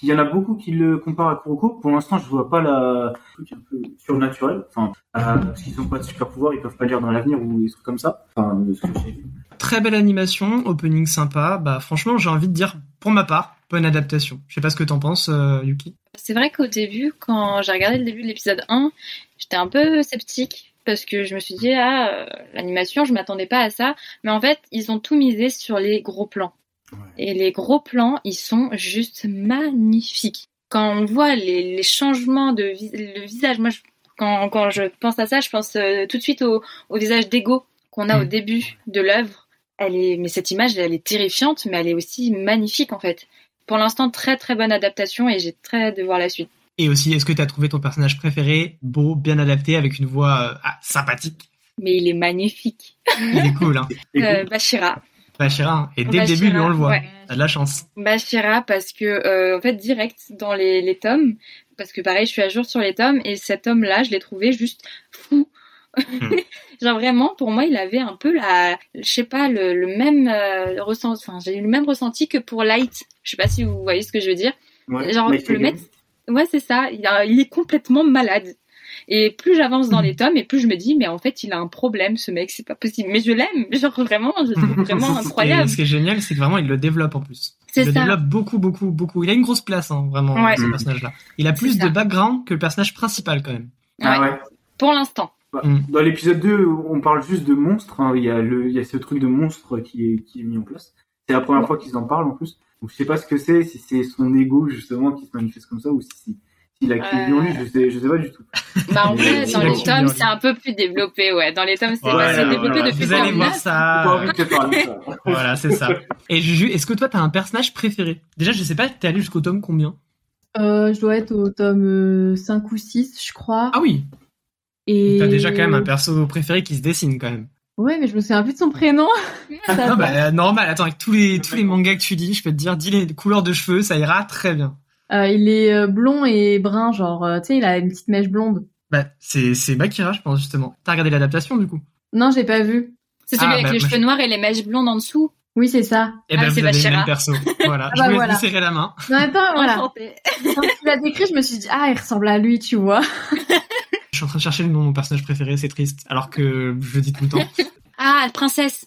Il y en a beaucoup qui le comparent à Kuroko. Pour l'instant, je vois pas la truc un peu surnaturel. Enfin, euh, parce qu'ils ont pas de super pouvoir, ils peuvent pas lire dans l'avenir ou des trucs comme ça. Enfin, de ce que j'ai vu.
Très belle animation, opening sympa. Bah, franchement, j'ai envie de dire, pour ma part, bonne adaptation. Je sais pas ce que t'en penses, euh, Yuki.
C'est vrai qu'au début, quand j'ai regardé le début de l'épisode 1, j'étais un peu sceptique parce que je me suis dit, ah, euh, l'animation, je m'attendais pas à ça. Mais en fait, ils ont tout misé sur les gros plans.
Ouais.
Et les gros plans, ils sont juste magnifiques. Quand on voit les, les changements de vis- le visage, moi, je- quand, quand je pense à ça, je pense euh, tout de suite au, au visage d'Ego qu'on a au
Mm.
début de l'œuvre. Elle est, mais cette image, elle est terrifiante, mais elle est aussi magnifique en fait. Pour l'instant, très très bonne adaptation et j'ai très hâte de voir la suite.
Et aussi, est-ce que t'as trouvé ton personnage préféré, beau, bien adapté, avec une voix euh, ah, sympathique
Mais il est magnifique.
Il est cool, hein.
Et
Euh, Bashira.
Bashira, hein. et dès le
Bashira,
début, lui, on le voit.
ouais.
T'as de la chance.
Bashira parce que euh, en fait direct dans les, les tomes parce que pareil je suis à jour sur les tomes et cet homme là je l'ai trouvé juste fou
Hmm.
genre vraiment pour moi il avait un peu la je sais pas le, le même euh, ressenti enfin j'ai eu le même ressenti que pour Light je sais pas si vous voyez ce que je veux dire
ouais,
genre,
Michael
le
Youn.
mettre- ouais c'est ça il, a- il est complètement malade et plus j'avance
Hmm.
dans les tomes et plus je me dis mais en fait il a un problème ce mec c'est pas possible mais je l'aime genre vraiment je le trouve vraiment
Et
incroyable
ce qui est génial, c'est que vraiment, il le développe en plus.
C'est
il le
ça.
développe beaucoup, beaucoup, beaucoup. Il a une grosse place, hein, vraiment,
Ouais.
ce
Mhm.
personnage-là. Il a
C'est
plus
ça.
de background que le personnage principal, quand même.
Ah
Ouais,
ouais.
pour l'instant
Bah,
Mm.
Dans l'épisode 2, on parle juste de monstres. hein. Il y a le, il y a ce truc de monstre qui est, qui est mis en place. C'est la première fois qu'ils en parlent en plus. Donc je sais pas ce que c'est, si c'est son ego justement qui se manifeste comme ça ou si si- s'il a créé en lui, je sais, je sais pas du tout.
Bah, en fait,
Oui,
dans
oui,
les
oui.
tomes, c'est un peu plus développé, ouais. Dans les tomes, c'est
Voilà,
c'est développé
voilà.
depuis
Vous allez
le
voir
neuf.
J'ai pas
ça.
envie de te parler. de ça.
Voilà, c'est ça. Et Juju, est-ce que toi, t'as un personnage préféré Déjà, je sais pas, t'es allé jusqu'au tome combien
Euh, je dois être au tome euh, 5 ou 6, je crois.
Ah oui,
et...
t'as déjà quand même un perso préféré qui se dessine quand même.
Ouais, mais je me souviens plus de son prénom. Ça
Non,
va.
bah, euh, normal, attends, avec tous les, tous les mangas que tu dis, je peux te dire, dis les couleurs de cheveux, ça ira très bien.
Euh, il est euh, blond et brun, genre, euh, tu sais, il a une petite mèche blonde.
Bah, c'est c'est Bakira, je pense, justement. T'as regardé l'adaptation, du coup
Non, je l'ai pas vu.
C'est celui
Ah,
avec
bah,
les
moi,
cheveux noirs et les mèches blondes en dessous.
Oui, c'est ça.
Eh
Ah,
ben,
c'est
vous avez le
Bakira.
même perso. Voilà, je
bah,
voulais
voilà.
vous serrer la main.
Non, attends, voilà.
Enchantée.
Quand tu l'as décrit, je me suis dit, ah, il ressemble à lui, tu vois.
Je suis en train de chercher le nom de mon personnage préféré, c'est triste, alors que je le dis tout le temps.
Ah, la princesse.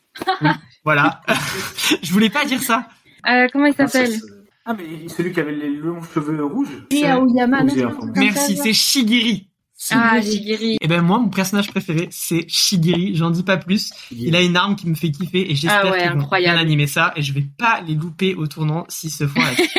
Voilà. je voulais pas dire ça.
Euh, comment il
Ah,
s'appelle
ça, ça- Ah mais celui qui avait les longs cheveux rouges.
Et
C'est-
Aoyama, non,
Obligé,
un truc
hein.
comme
Merci,
ça,
c'est Shigiri.
Ah, Shigiri.
Et ben moi, mon personnage préféré, c'est Shigiri. J'en dis pas plus. Il a une arme qui me fait kiffer et j'espère
Ah ouais,
qu'ils vont bien
incroyable.
animer ça et je vais pas les louper au tournant s'ils se font. arrêter.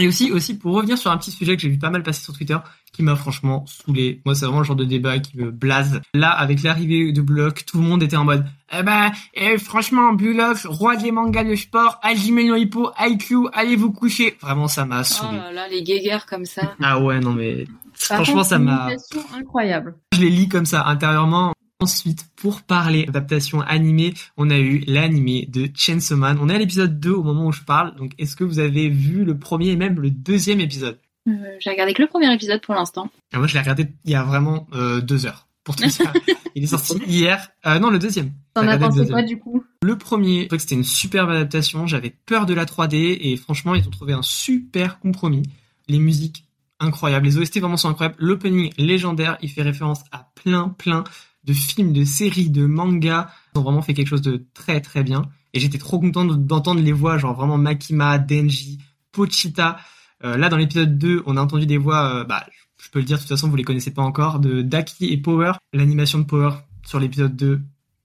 et aussi, aussi pour revenir sur un petit sujet que j'ai vu pas mal passer sur Twitter, qui m'a franchement saoulé. Moi, c'est vraiment le genre de débat qui me blase. Là, avec l'arrivée de Block, tout le monde était en mode, eh ben, eh, franchement, Bullock, roi des mangas de sport, Hajime no Hippo, IQ, allez vous coucher. Vraiment, ça m'a
Oh
saoulé.
là là, les guéguerres comme ça.
Ah ouais, non mais
Par
franchement
contre,
ça
une
m'a.
imitation Incroyable.
Je les lis comme ça intérieurement. Ensuite, pour parler d'adaptation animée, on a eu l'animé de Chainsaw Man. On est à l'épisode 2 au moment où je parle, donc est-ce que vous avez vu le premier et même le deuxième épisode
Euh, J'ai regardé que le premier épisode pour l'instant.
Ah, Moi je l'ai regardé il y a vraiment euh, deux heures. Pour tout ça, il est sorti hier. Euh, non, le deuxième.
T'en
J'ai
as
regardé le
pensé
deuxième.
quoi, du coup
Le premier, je trouvais que c'était une superbe adaptation. J'avais peur de la 3D et franchement, ils ont trouvé un super compromis. Les musiques incroyables, les OST vraiment sont incroyables. L'opening légendaire, il fait référence à plein, plein de films, de séries, de mangas. Ils ont vraiment fait quelque chose de très, très bien. Et j'étais trop content de- d'entendre les voix, genre vraiment Makima, Denji, Pochita. Euh, là, dans l'épisode 2, on a entendu des voix, euh, bah, je peux le dire, de toute façon, vous les connaissez pas encore, de Daki et Power. L'animation de Power sur l'épisode 2,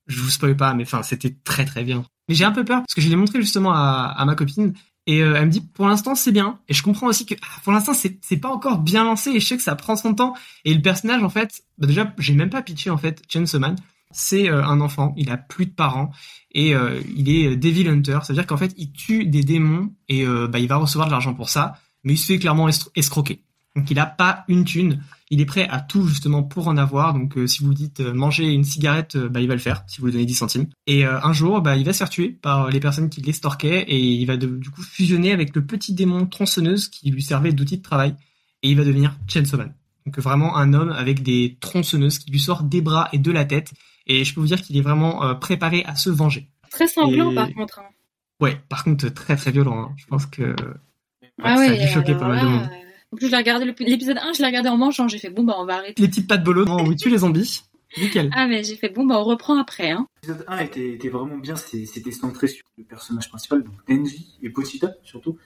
je vous spoil pas, mais enfin, c'était très très bien. Mais j'ai un peu peur parce que je l'ai montré justement à, à ma copine et euh, elle me dit pour l'instant c'est bien. Et je comprends aussi que ah, pour l'instant c'est c'est pas encore bien lancé et je sais que ça prend son temps. Et le personnage en fait, bah déjà j'ai même pas pitché en fait Chainsaw Man. C'est euh, un enfant, il a plus de parents et euh, il est euh, Devil Hunter. Ça veut dire qu'en fait il tue des démons et euh, bah, il va recevoir de l'argent pour ça, mais il se fait clairement escro- escroquer. Donc il a pas une thune il est prêt à tout justement pour en avoir. Donc euh, si vous lui dites euh, manger une cigarette, euh, bah, il va le faire, si vous lui donnez 10 centimes. Et euh, un jour, bah, il va se faire tuer par euh, les personnes qui l'estorquaient et il va de- du coup fusionner avec le petit démon tronçonneuse qui lui servait d'outil de travail et il va devenir Chainsaw Man. Donc euh, vraiment un homme avec des tronçonneuses qui lui sortent des bras et de la tête. Et je peux vous dire qu'il est vraiment euh, préparé à se venger.
Très sanglant
Et-
par contre. hein.
Ouais, par contre très très violent. hein. Je pense que ouais,
Ah
ça
ouais,
a dû choquer
alors
pas mal de
là,
monde.
euh, En plus, je l'ai regardé le- l'épisode 1, je l'ai regardé en mangeant. J'ai fait bon, bah on va arrêter.
Les petites pattes bolo où il tue les zombies. Nickel.
Ah, mais j'ai fait bon, bah on reprend après. Hein.
L'épisode 1 était, était vraiment bien, c'est- c'était centré sur le personnage principal, donc Denji et Pochita surtout,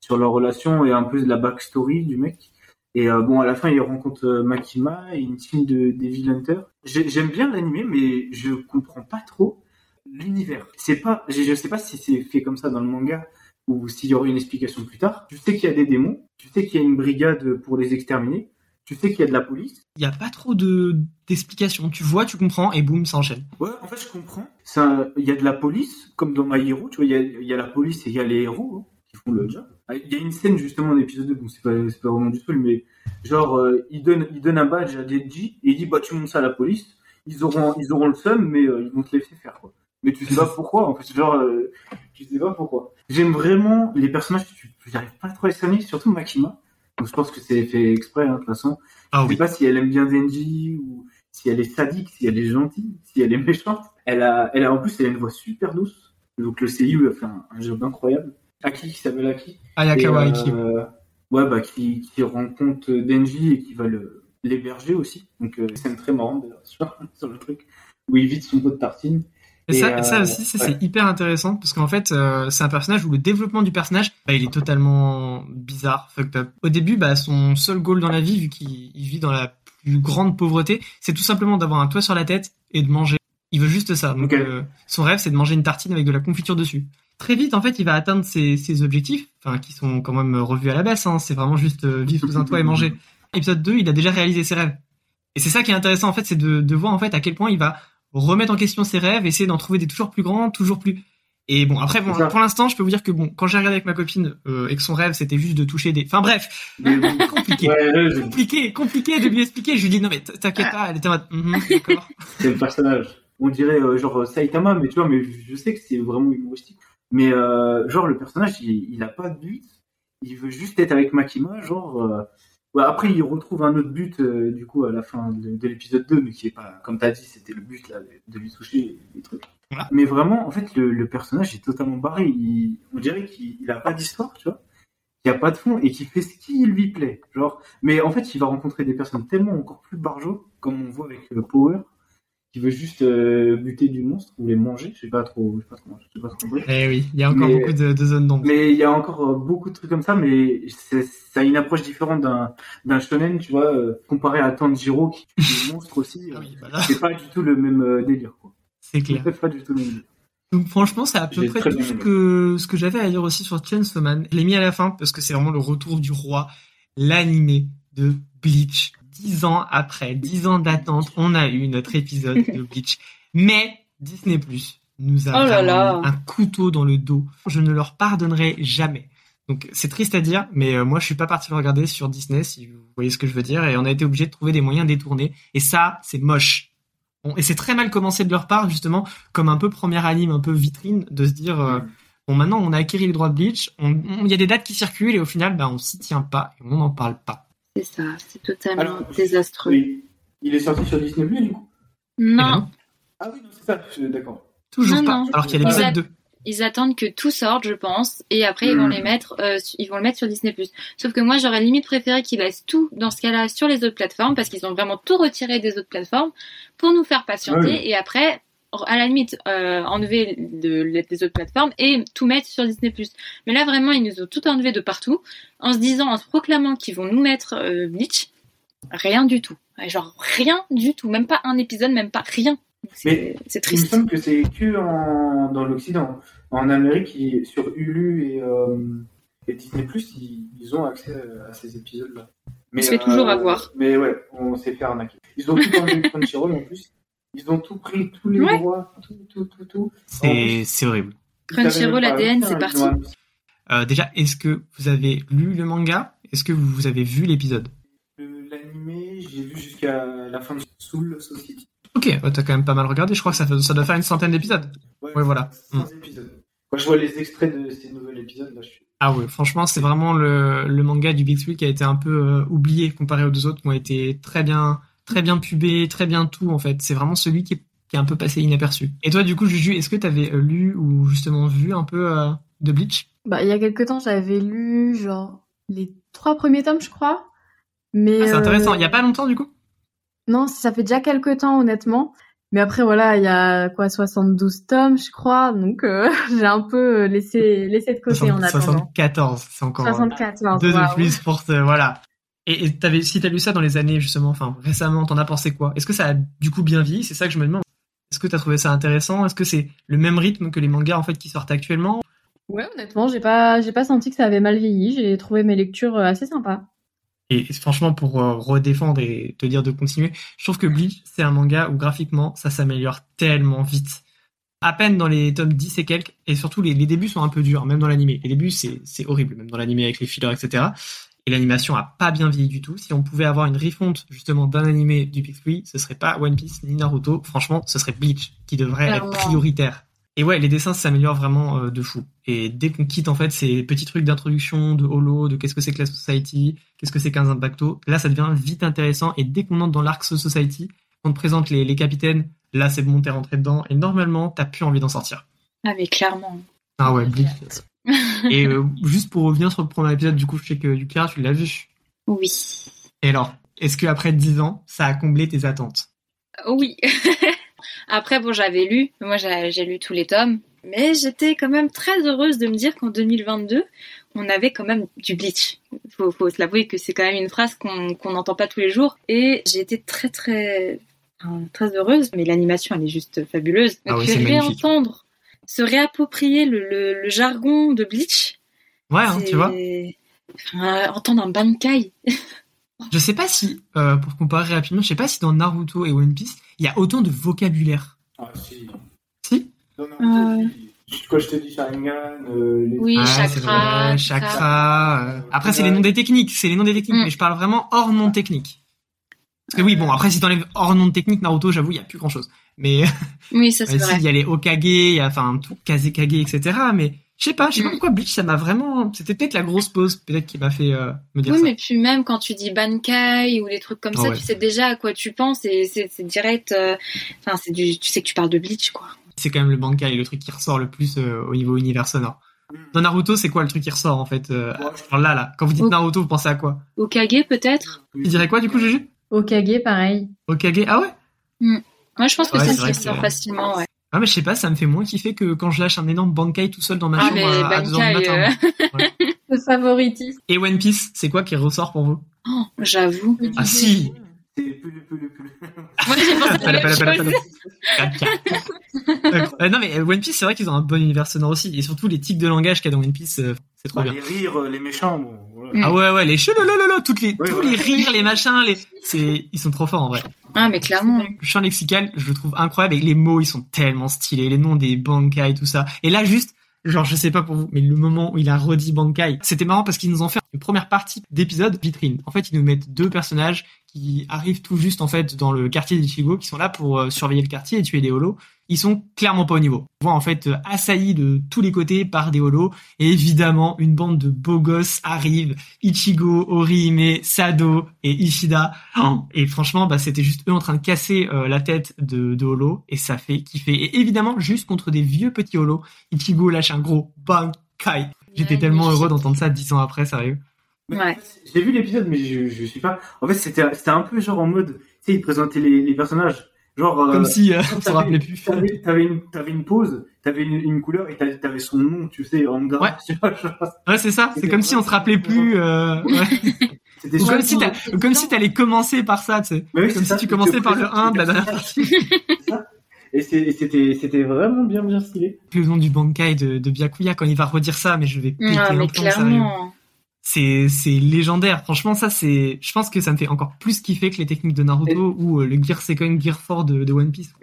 sur leur relation et un peu de la backstory du mec. Et euh, bon, à la fin, il rencontre euh, Makima et une team de Devil Hunter. J'ai- J'aime bien l'animé, mais je comprends pas trop l'univers. C'est pas, je, je sais pas si c'est fait comme ça dans le manga ou s'il y aura une explication plus tard. Tu sais qu'il y a des démons, tu sais qu'il y a une brigade pour les exterminer, tu sais qu'il y a de la police,
il n'y a pas trop de d'explications. Tu vois, tu comprends, et boum, ça enchaîne.
Ouais, en fait, je comprends. Ça, Il y a de la police, comme dans My Hero, tu vois, il y a, il y a la police et il y a les héros hein, qui font le job. Ah, Il y a une scène, justement, dans l'épisode 2, bon, c'est pas, c'est pas vraiment du tout, mais genre, euh, il, donne, il donne un badge à Deji et il dit, bah, tu montes ça à la police, ils auront, ils auront le seum, mais euh, ils vont te laisser faire, quoi. Mais tu sais pas pourquoi, en fait, genre, euh, tu sais pas pourquoi. J'aime vraiment les personnages, tu- j'arrive pas trop à les cerner, surtout Makima. Donc, je pense que c'est fait exprès, hein, de toute façon.
Ah
Je sais pas si elle aime bien Denji ou si elle est sadique, si elle est gentille, si elle est méchante. Elle a, elle a en plus, elle a une voix super douce. Donc le CIU a fait un, un job incroyable. Aki, qui s'appelle Aki.
Ayakawa
Et,
Aiki.
euh, ouais, bah, qui, qui rencontre Denji et qui va le, l'héberger aussi. Donc, euh, scène très marrante d'ailleurs, sur, sur le truc, où il vide son pot de tartine.
Et
Et,
ça,
euh,
ça aussi, ça,
ouais.
c'est hyper intéressant parce qu'en fait, euh, c'est un personnage où le développement du personnage, bah, il est totalement bizarre, fucked up. Au début, bah, son seul goal dans la vie, vu qu'il il vit dans la plus grande pauvreté, c'est tout simplement d'avoir un toit sur la tête et de manger. Il veut juste ça.
Ok.
Donc, euh, son rêve, c'est de manger une tartine avec de la confiture dessus. Très vite, en fait, il va atteindre ses, ses objectifs, enfin, qui sont quand même revus à la baisse. Hein. C'est vraiment juste euh, vivre sous un toit et manger épisode 2, il a déjà réalisé ses rêves. Et c'est ça qui est intéressant en fait, c'est de, de voir en fait à quel point il va remettre en question ses rêves, essayer d'en trouver des toujours plus grands, toujours plus. Et bon, après, bon,
C'est ça.
pour l'instant, je peux vous dire que bon, quand j'ai regardé avec ma copine euh, et que son rêve c'était juste de toucher des. Enfin bref,
Mais bon,
compliqué.
ouais, là, je-
Compliqué, compliqué de lui expliquer. Je lui dis non mais t- t'inquiète pas, elle était en mode Mhm, d'accord.
c'est le personnage.
On dirait euh, genre euh, Saitama, mais tu vois, mais
Je sais que c'est vraiment humoristique, mais euh, genre le personnage, il, il a pas de but. Il veut juste être avec Makima, genre. euh, ouais, après, il retrouve un autre but euh, du coup à la fin de, de l'épisode 2, mais qui est pas, comme t'as dit, c'était le but là, de- de lui toucher des trucs.
Voilà.
Mais vraiment, en fait, le, le personnage est totalement barré. Il,
on dirait qu'il il a pas d'histoire, tu vois.
il n'y a pas de fond et qui fait ce qui lui plaît. Genre, mais en fait, il va rencontrer des personnes tellement encore plus barjots, comme on voit avec euh, Power, qui veut juste euh, buter du monstre ou les manger. Je sais pas trop, je sais pas trop, je sais pas trop compris.
Eh oui, il y a encore
Mais-
beaucoup de, de zones d'ombre.
Mais il y a encore euh, beaucoup de trucs comme ça, mais c'est- ça a une approche différente d'un d'un shonen, tu vois, euh, comparé à Tanjiro qui tue des monstres aussi.
Ah
euh,
oui, bah là,
c'est pas du tout le même euh, délire. Quoi.
c'est clair.
C'est pas du tout le même. délire.
Donc franchement, c'est à peu
J'ai
près
très
tout
bien
ce
aimé.
que, ce que j'avais à dire aussi sur Chainsaw Man. Je l'ai mis à la fin parce que c'est vraiment le retour du roi, l'animé de Bleach. Dix ans après, dix ans d'attente, on a eu notre épisode de Bleach. Mais Disney Plus nous a
Oh là
vraiment
là.
mis un couteau dans le dos. Je ne leur pardonnerai jamais. Donc c'est triste à dire, mais euh, moi je suis pas parti le regarder sur Disney, si vous voyez ce que je veux dire, et on a été obligé de trouver des moyens détournés. Et ça, c'est moche. Bon, et c'est très mal commencé de leur part, justement, comme un peu première anime, un peu vitrine, de se dire euh, bon maintenant on a acquis les droits de Bleach, on- on- il y a des dates qui circulent et au final bah, on s'y tient pas et on n'en parle pas.
C'est ça, c'est totalement
Alors,
désastreux.
Oui. Il est sorti sur Disney Plus, du coup.
Eh
Non,
ben,
Ah oui, non, c'est ça. je- D'accord.
toujours
Non,
pas.
non.
Alors qu'il y a l'épisode
Exact.
2.
ils attendent que tout sorte, je pense, et après ils vont
Hmm.
les mettre, euh, su- ils vont le mettre sur Disney+. Sauf que moi j'aurais limite préféré qu'ils laissent tout dans ce cas-là sur les autres plateformes parce qu'ils ont vraiment tout retiré des autres plateformes pour nous faire patienter
Ouais.
et après à la limite euh, enlever de- des autres plateformes et tout mettre sur Disney+. Mais là vraiment ils nous ont tout enlevé de partout en se disant, en se proclamant qu'ils vont nous mettre euh, Bleach, rien du tout. Ouais, Genre rien du tout, même pas un épisode, même pas rien. C'est c'est
Il me
triste.
semble que c'est que en, dans l'Occident. En Amérique, il- sur Hulu et, euh, et Disney+, ils, ils ont accès à, à ces épisodes-là. Mais euh,
se fait toujours avoir.
Mais ouais, on s'est fait arnaquer. Ils ont tout enlevé de Crunchyroll en plus. Ils ont tout pris, tous les
Ouais.
droits, tout, tout, tout, tout.
C'est c'est horrible.
Ils savaient
Crunchyroll,
même pas
ADN,
faire,
c'est
ils
parti.
l'ont annoncé.
Euh, déjà, est-ce que vous avez lu le manga Est-ce que vous, vous avez vu l'épisode
Le- L'animé, j'ai vu jusqu'à la fin de Soul Society.
Ok, bah, t'as quand même pas mal regardé, je crois que ça, fait- ça doit faire une centaine d'épisodes. Ouais, voilà.
100 épisodes. Quand je vois les extraits de ces nouveaux épisodes, là, je suis...
Ah ouais, franchement, c'est vraiment le, le manga du Big Three qui a été un peu euh, oublié comparé aux deux autres qui ont été très bien, très bien pubé, très bien tout en fait. C'est vraiment celui qui est, qui est un peu passé inaperçu. Et toi, du coup, Juju, est-ce que t'avais euh, lu ou justement vu un peu euh, de Bleach
Bah, il y a quelque temps, j'avais lu genre les trois premiers tomes, je crois. Mais
Ah, C'est
euh,
intéressant. Il y a pas longtemps, du coup
Non, ça fait déjà quelques temps, honnêtement. Mais après, voilà, il y a quoi, 72 tomes, je crois. Donc, euh, j'ai un peu euh, laissé, laissé de côté en attendant.
74, c'est encore euh,
74.
deux de
waouh.
plus pour te, voilà. Et, et t'avais, si t'as lu ça dans les années justement, enfin récemment, t'en as pensé quoi Est-ce que ça a du coup bien vieilli C'est ça que je me demande. Est-ce que t'as trouvé ça intéressant Est-ce que c'est le même rythme que les mangas en fait qui sortent actuellement
Ouais, honnêtement, j'ai pas, j'ai pas senti que ça avait mal vieilli. J'ai trouvé mes lectures euh, assez sympas.
Et franchement, pour euh, redéfendre et te dire de continuer, je trouve que Bleach, c'est un manga où graphiquement, ça s'améliore tellement vite. À peine dans les tomes 10 et quelques, et surtout les, les débuts sont un peu durs, hein, même dans l'animé. Les débuts, c'est c'est horrible, même dans l'animé avec les fillers, etc. Et l'animation a pas bien vieilli du tout. Si on pouvait avoir une refonte, justement, d'un animé du Big Three, ce serait pas One Piece ni Naruto. Franchement, ce serait Bleach, qui devrait être
Clairement.
prioritaire. Et ouais, les dessins s'améliorent vraiment euh, de fou. Et dès qu'on quitte, en fait, ces petits trucs d'introduction, de holo, de qu'est-ce que c'est que la Society, qu'est-ce que c'est qu'un impacto Là, ça devient vite intéressant. Et dès qu'on entre dans l'Arc Society, on te présente les, les capitaines. Là, c'est bon, t'es rentré dedans. Et normalement, t'as plus envie d'en sortir.
Ah mais clairement.
Ah ouais, Bleach. Et euh, juste pour revenir sur le premier épisode, du coup, je sais que Yukira, tu l'as vu.
Oui.
Et alors, est-ce qu'après 10 ans, ça a comblé tes attentes
Oui. Après, bon, j'avais lu, moi j'ai j'ai lu tous les tomes, mais j'étais quand même très heureuse de me dire qu'en 2022, on avait quand même du Bleach. Faut, faut se l'avouer que c'est quand même une phrase qu'on qu'on n'entend pas tous les jours, et j'ai été très très enfin, très heureuse. Mais l'animation, elle est juste fabuleuse.
Ah oui,
que
c'est magnifique.
réentendre, se réapproprier le, le- le jargon de Bleach,
Ouais, hein, tu vois.
c'est- Enfin, entendre un bankai.
Je sais pas si, euh, pour comparer rapidement, je sais pas si dans Naruto et One Piece, il y a autant de vocabulaire.
Ah, si.
Si
Non, non,
Euh.
je- Quand je te dis Sharingan, euh, les-
Oui,
Ouais, Ah, c'est
chakra,
vrai,
tout ça.
chakra. euh. Après, c'est les noms des techniques, c'est les noms des techniques,
Mm.
mais je parle vraiment hors nom technique. Parce que oui, bon, après, si t'enlèves hors nom technique, Naruto, j'avoue, il y a plus grand chose. Mais
Oui, ça c'est
Ouais, si,
vrai.
il y a les Okage, il y a enfin tout Kazekage, etc. Mais je sais pas, je sais pas
Mm.
pourquoi Bleach, ça m'a vraiment. C'était peut-être la grosse pause, peut-être qui m'a fait euh, me dire
Oui,
ça.
mais puis même quand tu dis Bankai ou des trucs comme
Ah
ça,
ouais.
tu sais déjà à quoi tu penses et c'est c'est direct. euh, Enfin, c'est du, tu sais que tu parles de Bleach, quoi.
C'est quand même le Bankai, le truc qui ressort le plus euh, au niveau univers sonore. Dans Naruto, c'est quoi le truc qui ressort en fait euh,
Ouais.
genre Là, là, quand vous dites
Ok.
Naruto, vous pensez à quoi
Okage peut-être.
Tu dirais quoi du coup, Juju
Okage, pareil.
Okage Ah ouais
Moi, je pense que
Ouais,
ça
c'est vrai
se
que
ressort
c'est-
facilement. Ouais.
Ah, mais je sais pas, ça me fait moins kiffer que quand je lâche un énorme Bankai tout seul dans ma
Ah,
chambre
mais
à- à 2 heures du
Bankai, euh.
matin.
Le favoritisme.
Et One Piece, c'est quoi qui ressort pour vous
Oh, J'avoue.
Ah si
C'est pulu, pulu, pulu.
Moi, j'ai pensé à la
Appelle,
même
appelle,
chose.
appelle, appelle. Euh, euh, non mais One Piece c'est vrai qu'ils ont un bon univers sonore aussi et surtout les tics de langage qu'il y a dans One Piece euh, c'est trop
Bah,
bien.
les rires, euh, les méchants, bon, voilà.
Mm.
Ah ouais ouais les chelolololo toutes les
Oui,
tous
voilà.
les rires les machins les c'est ils sont trop forts en vrai.
Ah, mais clairement.
Le champ lexical je le trouve incroyable et les mots ils sont tellement stylés les noms des bankai tout ça et là juste genre je sais pas pour vous mais le moment où il a redit bankai c'était marrant parce qu'ils nous ont fait une première partie d'épisode vitrine. En fait ils nous mettent deux personnages qui arrivent tout juste en fait dans le quartier d'Ichigo qui sont là pour euh, surveiller le quartier et tuer des holos ils sont clairement pas au niveau. On voit en fait euh, assaillis de tous les côtés par des holos. Et évidemment, une bande de beaux gosses arrive. Ichigo, Orihime, Sado et Ishida. Oh, Et franchement, bah, c'était juste eux en train de casser euh, la tête de, de holos. Et ça fait kiffer. Et évidemment, juste contre des vieux petits holos, Ichigo lâche un gros bang. Kai. J'étais tellement heureux d'entendre ça dix ans après, sérieux.
Mais
Ouais.
en fait, J'ai vu l'épisode, mais je, je suis pas. En fait, c'était c'était un peu genre en mode. Tu sais, ils présentaient les, les personnages. Genre. euh,
Comme si euh, on s'en rappelait plus.
T'avais t'avais une, t'avais une pose, t'avais une, une couleur et t'avais t'avais son nom, tu sais, en gras.
Ouais.
Tu vois, genre,
Ouais, c'est ça. C'est
C'était
comme si on se rappelait plus. euh, ouais.
C'était
Ou
super.
comme si t'as- ou comme si t'allais commencer par ça, tu sais.
Mais oui, c'est
Comme si
ça,
tu commençais par le
présentes
1 de la
les
dernière
personnages. C'est ça. Et c'est- et c'était c'était vraiment bien, bien stylé.
le nom du Bankai de, de Byakuya quand il va redire ça, mais je vais péter
Ah,
un
mais
plomb, sérieux.
clairement.
C'est c'est légendaire. Franchement, ça c'est. Je pense que ça me fait encore plus kiffer que les techniques de Naruto ou euh, le Gear Second, Gear 4 de, de One Piece.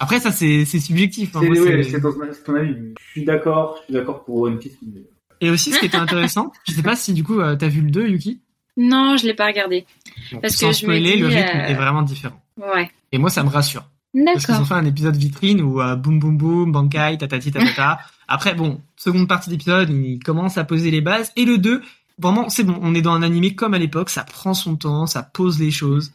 Après, ça c'est c'est subjectif. hein.
C'est
Ah Moi,
ouais,
c'est-
c'est ton, c'est ton avis. mais Je suis d'accord, je suis d'accord pour une petite. mais-
Et aussi, ce qui était intéressant, je sais pas si du coup euh, t'as vu le 2, Yuki.
Non, je l'ai pas regardé.
Bon,
Parce
sans
que je me
spoiler, le
dis,
rythme
euh,
est vraiment différent.
Ouais.
Et moi, ça me rassure. Parce qu'ils ont
D'accord.
fait un épisode vitrine où euh, boum boum boum, Bankai, tatati tatata. Après, bon, seconde partie d'épisode, ils commencent à poser les bases. Et le 2, vraiment, c'est bon, on est dans un animé comme à l'époque, ça prend son temps, ça pose les choses.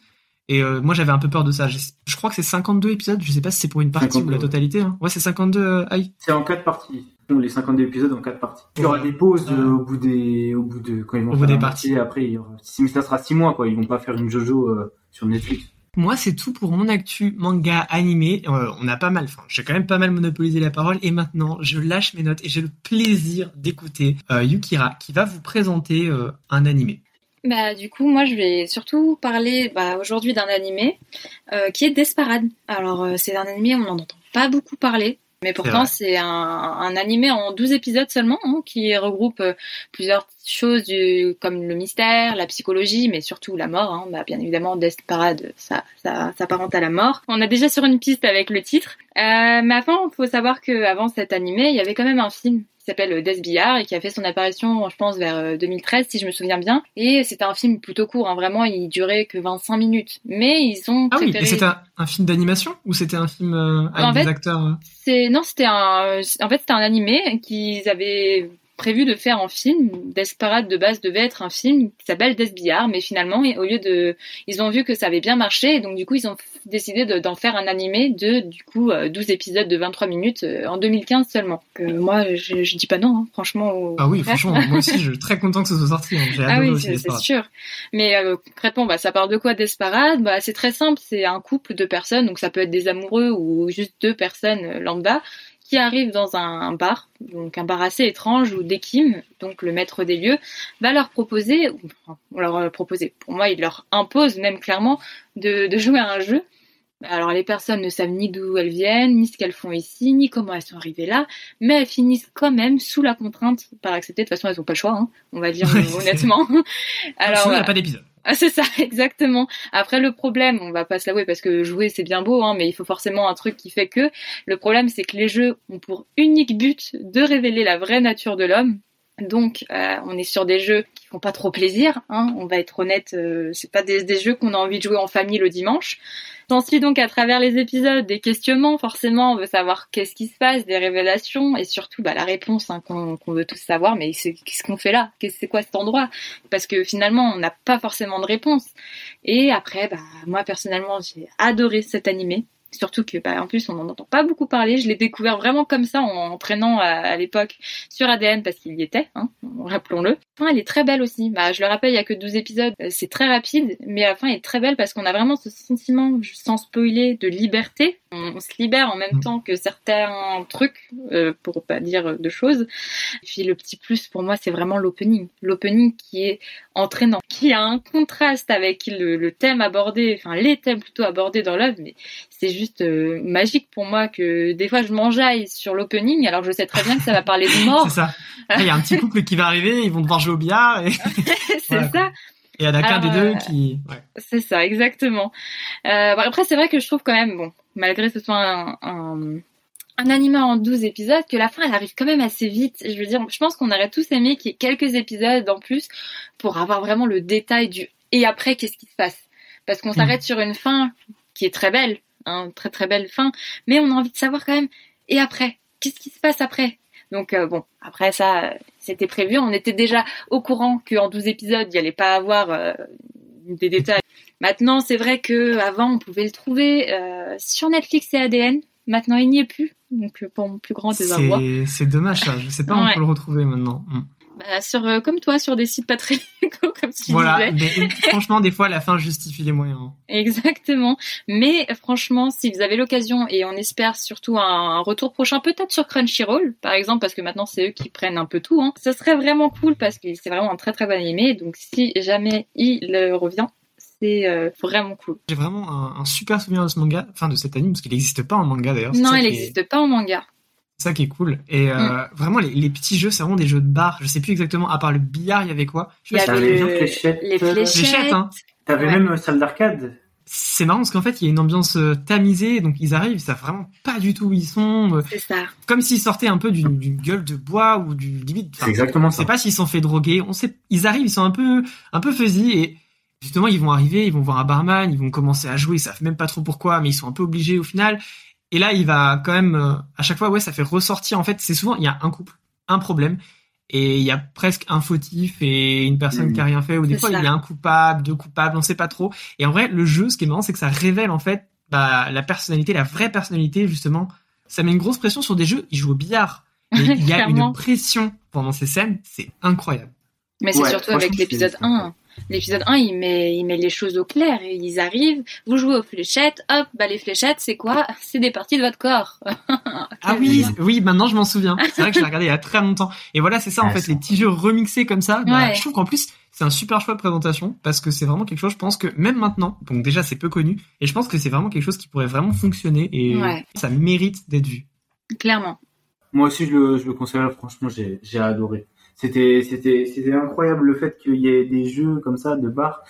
Et euh, moi, j'avais un peu peur de ça. Je, je crois que c'est 52 épisodes, je sais pas si c'est pour une partie ou
52,
la
ouais.
totalité. hein. Ouais, c'est 52, euh, aïe.
C'est en quatre parties. Ils font les 52 épisodes en quatre parties. Il y aura
Ouais.
des pauses euh, au bout des, au bout de, quand ils vont
Au bout
faire
des
la
parties.
moitié, Après, il y aura- si- mais ça sera 6 mois, quoi. Ils vont pas faire une Jojo euh, sur Netflix.
Moi, c'est tout pour mon actu manga animé. Euh, on a pas mal, enfin, j'ai quand même pas mal monopolisé la parole. Et maintenant, je lâche mes notes et j'ai le plaisir d'écouter euh, Yukira qui va vous présenter euh, un animé.
Bah, du coup, moi, je vais surtout parler bah, aujourd'hui d'un animé euh, qui est Desparade. Alors, euh, c'est un animé, on n'en entend pas beaucoup parler. Mais pourtant,
vrai.
c'est un, un animé en 12 épisodes seulement, hein, qui regroupe euh, plusieurs choses du- comme le mystère, la psychologie, mais surtout la mort. hein. Bah, bien évidemment, Desparade, ça, ça s'apparente à la mort. On est déjà sur une piste avec le titre. Euh, mais avant, faut savoir qu'avant cet animé, il y avait quand même un film qui s'appelle euh, Death Billard et qui a fait son apparition, je pense, vers euh, 2013, si je me souviens bien. Et c'était un film plutôt court, hein, vraiment, il durait que 25 minutes. Mais ils ont
Ah oui,
préféré...
et c'était un, un film d'animation ou c'était un film euh, avec
En
des
fait,
acteurs euh
C'est non, c'était un en fait c'était un animé qu'ils avaient prévu de faire en film. Desperate de base devait être un film qui s'appelle Desbillard, mais finalement, et au lieu de, ils ont vu que ça avait bien marché, et donc du coup, ils ont décidé de- d'en faire un animé de du coup euh, 12 épisodes de 23 minutes euh, en 2015 seulement. Que moi, je, je dis pas non, hein, franchement. au-
Ah oui,
au contraire.
franchement, moi aussi, je suis très content que ce soit sorti. hein. J'ai
Ah
adoré
oui,
aussi
c'est c'est
Desperate.
sûr. Mais euh, concrètement, bah, ça parle de quoi Desparade bah, C'est très simple, c'est un couple de personnes, donc ça peut être des amoureux ou juste deux personnes euh, lambda, qui arrivent dans un, un bar, donc un bar assez étrange où Dekim, donc le maître des lieux, va leur proposer, ou enfin, leur euh, proposer, pour moi il leur impose même clairement de, de jouer à un jeu. Alors les personnes ne savent ni d'où elles viennent, ni ce qu'elles font ici, ni comment elles sont arrivées là, mais elles finissent quand même sous la contrainte par accepter. De toute façon, elles n'ont pas le choix, hein, on va dire
Ouais,
euh, honnêtement.
Sinon, il n'y
voilà.
a pas d'épisode.
Ah, c'est ça, exactement. Après, le problème, on va pas se l'avouer parce que jouer c'est bien beau, hein, mais il faut forcément un truc qui fait que. Le problème, c'est que les jeux ont pour unique but de révéler la vraie nature de l'homme. Donc, euh, on est sur des jeux qui font pas trop plaisir. Hein, on va être honnête, euh, c'est pas des, des jeux qu'on a envie de jouer en famille le dimanche. S'en suit donc à travers les épisodes des questionnements. Forcément, on veut savoir qu'est-ce qui se passe, des révélations et surtout bah, la réponse hein, qu'on qu'on veut tous savoir. Mais c'est- qu'est-ce qu'on fait là Qu'est-ce- C'est quoi cet endroit parce que finalement on n'a pas forcément de réponse. Et après, bah, moi personnellement j'ai adoré cet animé. Surtout que, bah, en plus, on n'en entend pas beaucoup parler. Je l'ai découvert vraiment comme ça en, en traînant à, à l'époque sur ADN parce qu'il y était, hein, rappelons-le. La fin, elle est très belle aussi. Bah, je le rappelle, il y a que 12 épisodes. Euh, C'est très rapide, mais la fin est très belle parce qu'on a vraiment ce sentiment, sans spoiler, de liberté. On, on se libère en même
Mm.
temps que certains trucs, euh, pour pas dire euh, de choses. Et puis le petit plus pour moi, c'est vraiment l'opening. L'opening qui est entraînant, qui a un contraste avec le, le thème abordé, enfin les thèmes plutôt abordés dans l'œuvre, mais c'est juste euh, magique pour moi que des fois je m'enjaille sur l'opening, alors je sais très bien que ça va parler de mort,
C'est ça. Ah, Il y a un petit couple qui va arriver, ils vont devoir jouer au billard et
c'est
Voilà,
ça.
et il y en a qu'un des
Alors,
deux
euh,
qui. ouais.
C'est ça, exactement. Euh, bon, après, c'est vrai que je trouve quand même, bon, malgré que ce soit un, un, un anime en 12 épisodes, que la fin, elle arrive quand même assez vite. Je veux dire, je pense qu'on aurait tous aimé qu'il y ait quelques épisodes en plus pour avoir vraiment le détail du et après, qu'est-ce qui se passe. Parce
Mm.
qu'on s'arrête sur une fin qui est très belle, hein, très très belle fin, mais on a envie de savoir quand même, et après, qu'est-ce qui se passe après donc euh, bon, après ça, euh, c'était prévu. On était déjà au courant qu'en 12 épisodes, il n'y allait pas avoir euh, des détails. Maintenant, c'est vrai que avant, on pouvait le trouver euh, sur Netflix et ADN. Maintenant, il n'y est plus. Donc, euh, pour mon plus grand désarroi,
C'est c'est dommage ça. Je sais pas, on
Ouais.
peut le retrouver maintenant. Mm.
Bah, sur euh, comme toi, sur des sites pas très légaux, comme tu
Voilà.
disais.
mais euh, franchement, des fois, la fin justifie les moyens. hein.
Exactement. Mais euh, franchement, si vous avez l'occasion, et on espère surtout un, un retour prochain, peut-être sur Crunchyroll, par exemple, parce que maintenant c'est eux qui prennent un peu tout. Hein. Ce serait vraiment cool parce que c'est vraiment un très très bon animé. Donc, si jamais il euh, revient, c'est euh, vraiment cool.
J'ai vraiment un, un super souvenir de ce manga, enfin de cet anime, parce qu'il n'existe pas en manga d'ailleurs. c'est
Non,
ça
il
qui est-
n'existe pas en manga.
C'est ça qui est cool. Et
Mm.
euh, vraiment, les, les petits jeux, c'est vraiment des jeux de bar. Je sais plus exactement, à part le billard, il y avait quoi Je sais
Il y
pas si
avait
t'avais-
le-
fléchettes.
les
Les chattes, hein.
T'avais
Ouais.
même euh, salle d'arcade.
C'est marrant parce qu'en fait, il y a une ambiance euh, tamisée, donc ils arrivent, ils savent vraiment pas du tout où ils sont. euh,
C'est ça.
Comme s'ils sortaient un peu d'une d'une gueule de bois ou du limite. enfin,
exactement
on sait pas s'ils sont fait droguer. On sait, ils arrivent, ils sont un peu, un peu fuzzy et justement ils vont arriver, ils vont voir un barman, ils vont commencer à jouer, ils savent même pas trop pourquoi, mais ils sont un peu obligés au final. Et là, il va quand même, euh, à chaque fois, ouais, ça fait ressortir. En fait, c'est souvent il y a un couple, un problème. Et il y a presque un fautif et une personne
Mhm.
qui a rien fait, ou des
C'est
fois
ça.
il y a un coupable, deux coupables, on sait pas trop. Et en vrai, le jeu, ce qui est marrant, c'est que ça révèle en fait bah, la personnalité, la vraie personnalité justement. Ça met une grosse pression sur des jeux. Ils jouent au billard, mais il y a
Clairement.
une pression pendant ces scènes, c'est incroyable.
Mais c'est
Ouais,
surtout
franchement,
avec
c'est-
l'épisode
c'est
1. L'épisode 1, il met, il met les choses au clair. Et ils arrivent, vous jouez aux fléchettes, hop, bah les fléchettes, c'est quoi C'est des parties de votre corps.
Ah oui, oui, maintenant je m'en souviens. C'est vrai que je l'ai regardé il y a très longtemps. Et voilà, c'est ça en
Ah,
fait,
ça.
les petits jeux remixés comme ça. bah,
Ouais.
Je trouve qu'en plus, c'est un super choix de présentation parce que c'est vraiment quelque chose, je pense que même maintenant, donc déjà c'est peu connu, et je pense que c'est vraiment quelque chose qui pourrait vraiment fonctionner et
Ouais.
ça mérite d'être vu.
Clairement.
Moi aussi, je le, je le conseille. Franchement, j'ai, j'ai adoré. C'était, c'était, c'était incroyable le fait qu'il y ait des jeux comme ça de bar.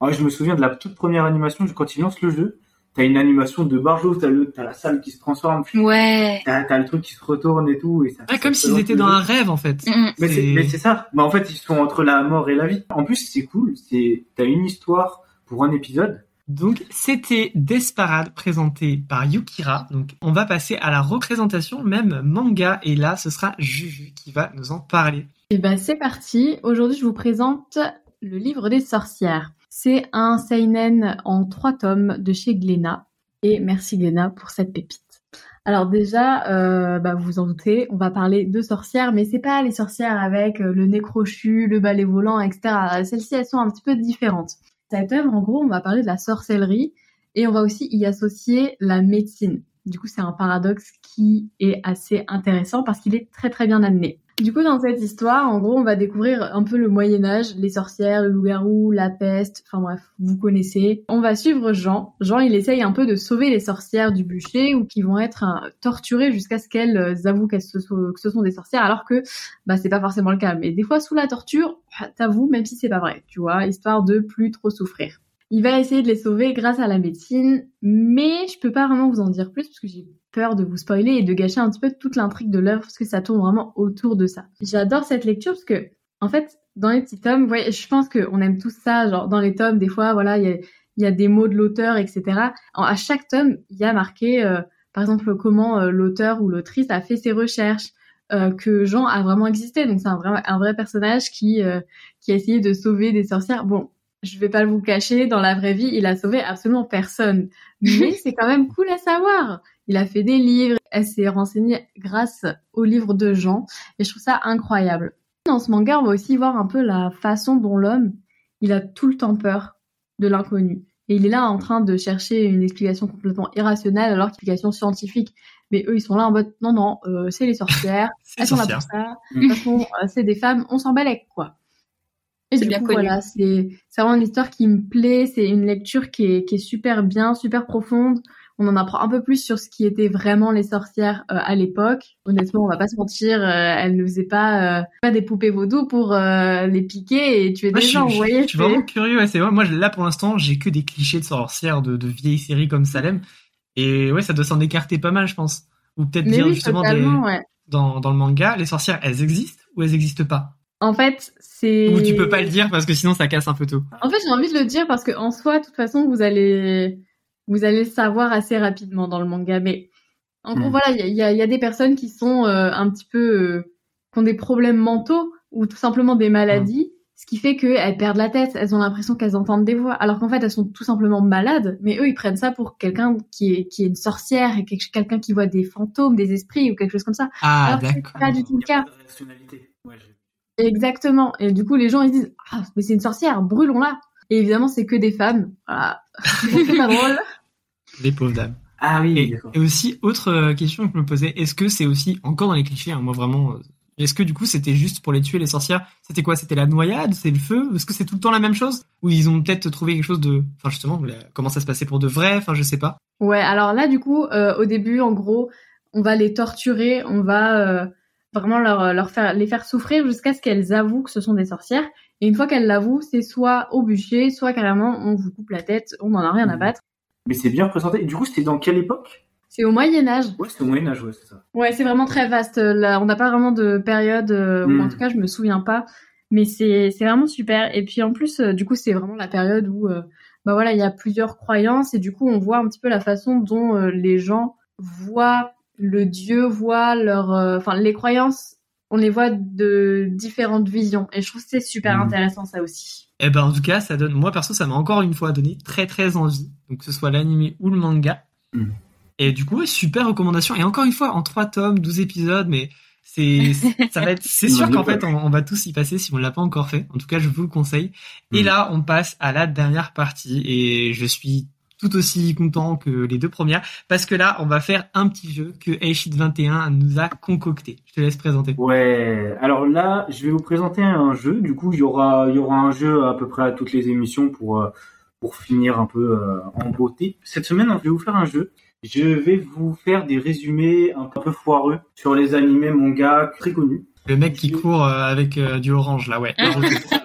Ah, je me souviens de la toute première animation. Quand ils lancent le jeu, t'as une animation de bar jaune. T'as le, t'as la salle qui se transforme.
Ouais.
T'as, t'as le truc qui se retourne et tout. Et ça,
Ouais,
ça
comme
te
s'ils
lance
étaient
le
dans
jeu.
un rêve en fait.
Mm.
Mais c'est,
C'est-
mais c'est ça. Bah, en fait, ils sont entre la mort et la vie. En plus, c'est cool. C'est, t'as une histoire pour un épisode.
Donc, c'était Desparade présenté par Yukira. Donc, on va passer à la représentation même manga. Et là, ce sera Juju qui va nous en parler.
Et ben c'est parti. Aujourd'hui, je vous présente le livre des sorcières. C'est un seinen en trois tomes de chez Glénat. Et merci Glénat pour cette pépite. Alors déjà, euh, bah, vous vous en doutez, on va parler de sorcières, mais c'est pas les sorcières avec euh, le nez crochu, le balai volant, etc. Celles-ci, elles sont un petit peu différentes. Cette œuvre, en gros, on va parler de la sorcellerie et on va aussi y associer la médecine. Du coup, c'est un paradoxe qui est assez intéressant parce qu'il est très très bien amené. Du coup, dans cette histoire, en gros, on va découvrir un peu le Moyen Âge, les sorcières, le loup-garou, la peste, enfin bref, vous connaissez. On va suivre Jean. Jean, il essaye un peu de sauver les sorcières du bûcher ou qui vont être euh, torturées jusqu'à ce qu'elles euh, avouent qu'elles se so- que ce sont des sorcières, alors que bah c'est pas forcément le cas. Mais des fois, sous la torture, bah, t'avoues, même si c'est pas vrai, tu vois, histoire de plus trop souffrir. Il va essayer de les sauver grâce à la médecine, mais je peux pas vraiment vous en dire plus parce que j'ai peur de vous spoiler et de gâcher un petit peu toute l'intrigue de l'œuvre parce que ça tourne vraiment autour de ça. J'adore cette lecture parce que, en fait, dans les petits tomes, ouais, je pense qu'on aime tous ça. Genre, dans les tomes, des fois, voilà, il y a, il y a des mots de l'auteur, etc. En- à chaque tome, il y a marqué, euh, par exemple, comment euh, l'auteur ou l'autrice a fait ses recherches, euh, que Jean a vraiment existé. Donc, c'est un vrai, un vrai personnage qui, euh, qui a essayé de sauver des sorcières. Bon. Je vais pas vous cacher, dans la vraie vie, il a sauvé absolument personne. Mais c'est quand même cool à savoir il a fait des livres, elle s'est renseignée grâce aux livres de Jean, et je trouve ça incroyable. Dans ce manga, on va aussi voir un peu la façon dont l'homme, il a tout le temps peur de l'inconnu. Et il est là en train de chercher une explication complètement irrationnelle, alors qu'il y a une explication scientifique. Mais eux, ils sont là en mode, non, non, euh, c'est les sorcières,
C'est
elles sont là
sorcière.
pour ça, de
Mm.
toute façon, euh, c'est des femmes, on s'en balèque, quoi. Et
C'est
du
bien
coup,
connu.
voilà, c'est c'est vraiment une histoire qui me plaît, c'est une lecture qui est, qui est super bien, super profonde. On en apprend un peu plus sur ce qui était vraiment les sorcières euh, à l'époque. Honnêtement, on va pas se mentir, euh, elles ne faisaient pas, euh, pas des poupées vaudou pour euh, les piquer et tuer
Moi, je,
des
suis-
gens,
je-
vous voyez.
je suis
c'est-
vraiment curieux. ouais, c'est vrai. Moi, je- là, pour l'instant, j'ai que des clichés de sorcières, de, de vieilles séries comme Salem. Et ouais, ça doit s'en écarter pas mal, je pense. Ou peut-être
Mais
dire
oui,
justement des-
totalement, ouais.
dans, dans le manga, les sorcières, elles existent ou elles existent pas
En fait, c'est...
Ou tu peux pas le dire parce que sinon ça casse un peu tout.
En fait, j'ai envie de le dire parce que en soi, de toute façon, vous allez, vous allez le savoir assez rapidement dans le manga. Mais en gros,
Mhm.
voilà, il y a, il y a- il y a des personnes qui sont euh, un petit peu, euh, qui ont des problèmes mentaux ou tout simplement des maladies, ce qui fait qu'elles perdent la tête. Elles ont l'impression qu'elles entendent des voix, alors qu'en fait, elles sont tout simplement malades. Mais eux, ils prennent ça pour quelqu'un qui est, qui est une sorcière et quelque- quelqu'un qui voit des fantômes, des esprits ou quelque chose comme ça.
Ah,
alors que c'est
d'accord.
pas du tout le
Il y a
cas.
pas de rationalité. Ouais, je-
Exactement. Et du coup, les gens, ils se disent, ah, mais c'est une sorcière, brûlons-la. Et évidemment, c'est que des femmes. Voilà. Donc, c'est pas drôle.
Les pauvres dames.
Ah oui,
Et,
d'accord.
et aussi, autre euh, question que je me posais, est-ce que c'est aussi, encore dans les clichés, hein, moi vraiment, euh, est-ce que du coup c'était juste pour les tuer les sorcières C'était quoi C'était la noyade C'est le feu Est-ce que c'est tout le temps la même chose Ou ils ont peut-être trouvé quelque chose de. Enfin, justement, la- comment ça se passait pour de vrai Enfin, je sais pas.
Ouais, alors là, du coup, euh, au début, en gros, on va les torturer, on va euh, vraiment leur, leur faire, les faire souffrir jusqu'à ce qu'elles avouent que ce sont des sorcières. Et une fois qu'elles l'avouent, c'est soit au bûcher, soit carrément, on vous coupe la tête, on n'en a rien à battre.
Mais c'est bien représenté. Et du coup, c'était dans quelle époque
C'est au Moyen-Âge.
Ouais, c'était au Moyen-Âge, ouais, c'est ça.
Ouais, c'est vraiment très vaste. Là, on n'a pas vraiment de période, euh, ou en
Hmm.
Mm.
tout cas, je me souviens pas. Mais c'est c'est vraiment super. Et puis en plus, euh, du coup, c'est vraiment la période où, euh, bah voilà, il y a plusieurs croyances et du coup, on voit un petit peu la façon dont euh, les gens voient le dieu, voient leur, euh, enfin, les croyances, on les voit de différentes visions. Et je trouve que c'est super
Hmm.
Mm.
intéressant ça aussi.
Eh ben, en tout cas, ça donne. Moi, perso, ça m'a encore une fois donné très très envie. Donc, que ce soit l'anime ou le manga.
Mm.
Mhm.
Et du coup, ouais, super recommandation. Et encore une fois, en 3 tomes, 12 épisodes, mais c'est, ça va être, c'est sûr
Ouais,
qu'en
ouais.
fait, on, on va tous y passer si on l'a pas encore fait. En tout cas, je vous le conseille. Et
Mm.
Mhm.
là, on passe à la dernière partie. Et je suis tout aussi content que les deux premières. Parce que là, on va faire un petit jeu que Aishit21 nous a concocté. Je te laisse présenter.
Ouais, alors là, je vais vous présenter un jeu. Du coup, il y aura, il y aura un jeu à peu près à toutes les émissions pour, euh, pour finir un peu euh, en beauté. Cette semaine, je vais vous faire un jeu. Je vais vous faire des résumés un peu foireux sur les animés, mangas très connus.
Le mec qui court euh, avec euh, du orange, là, ouais.
Ah.
Hein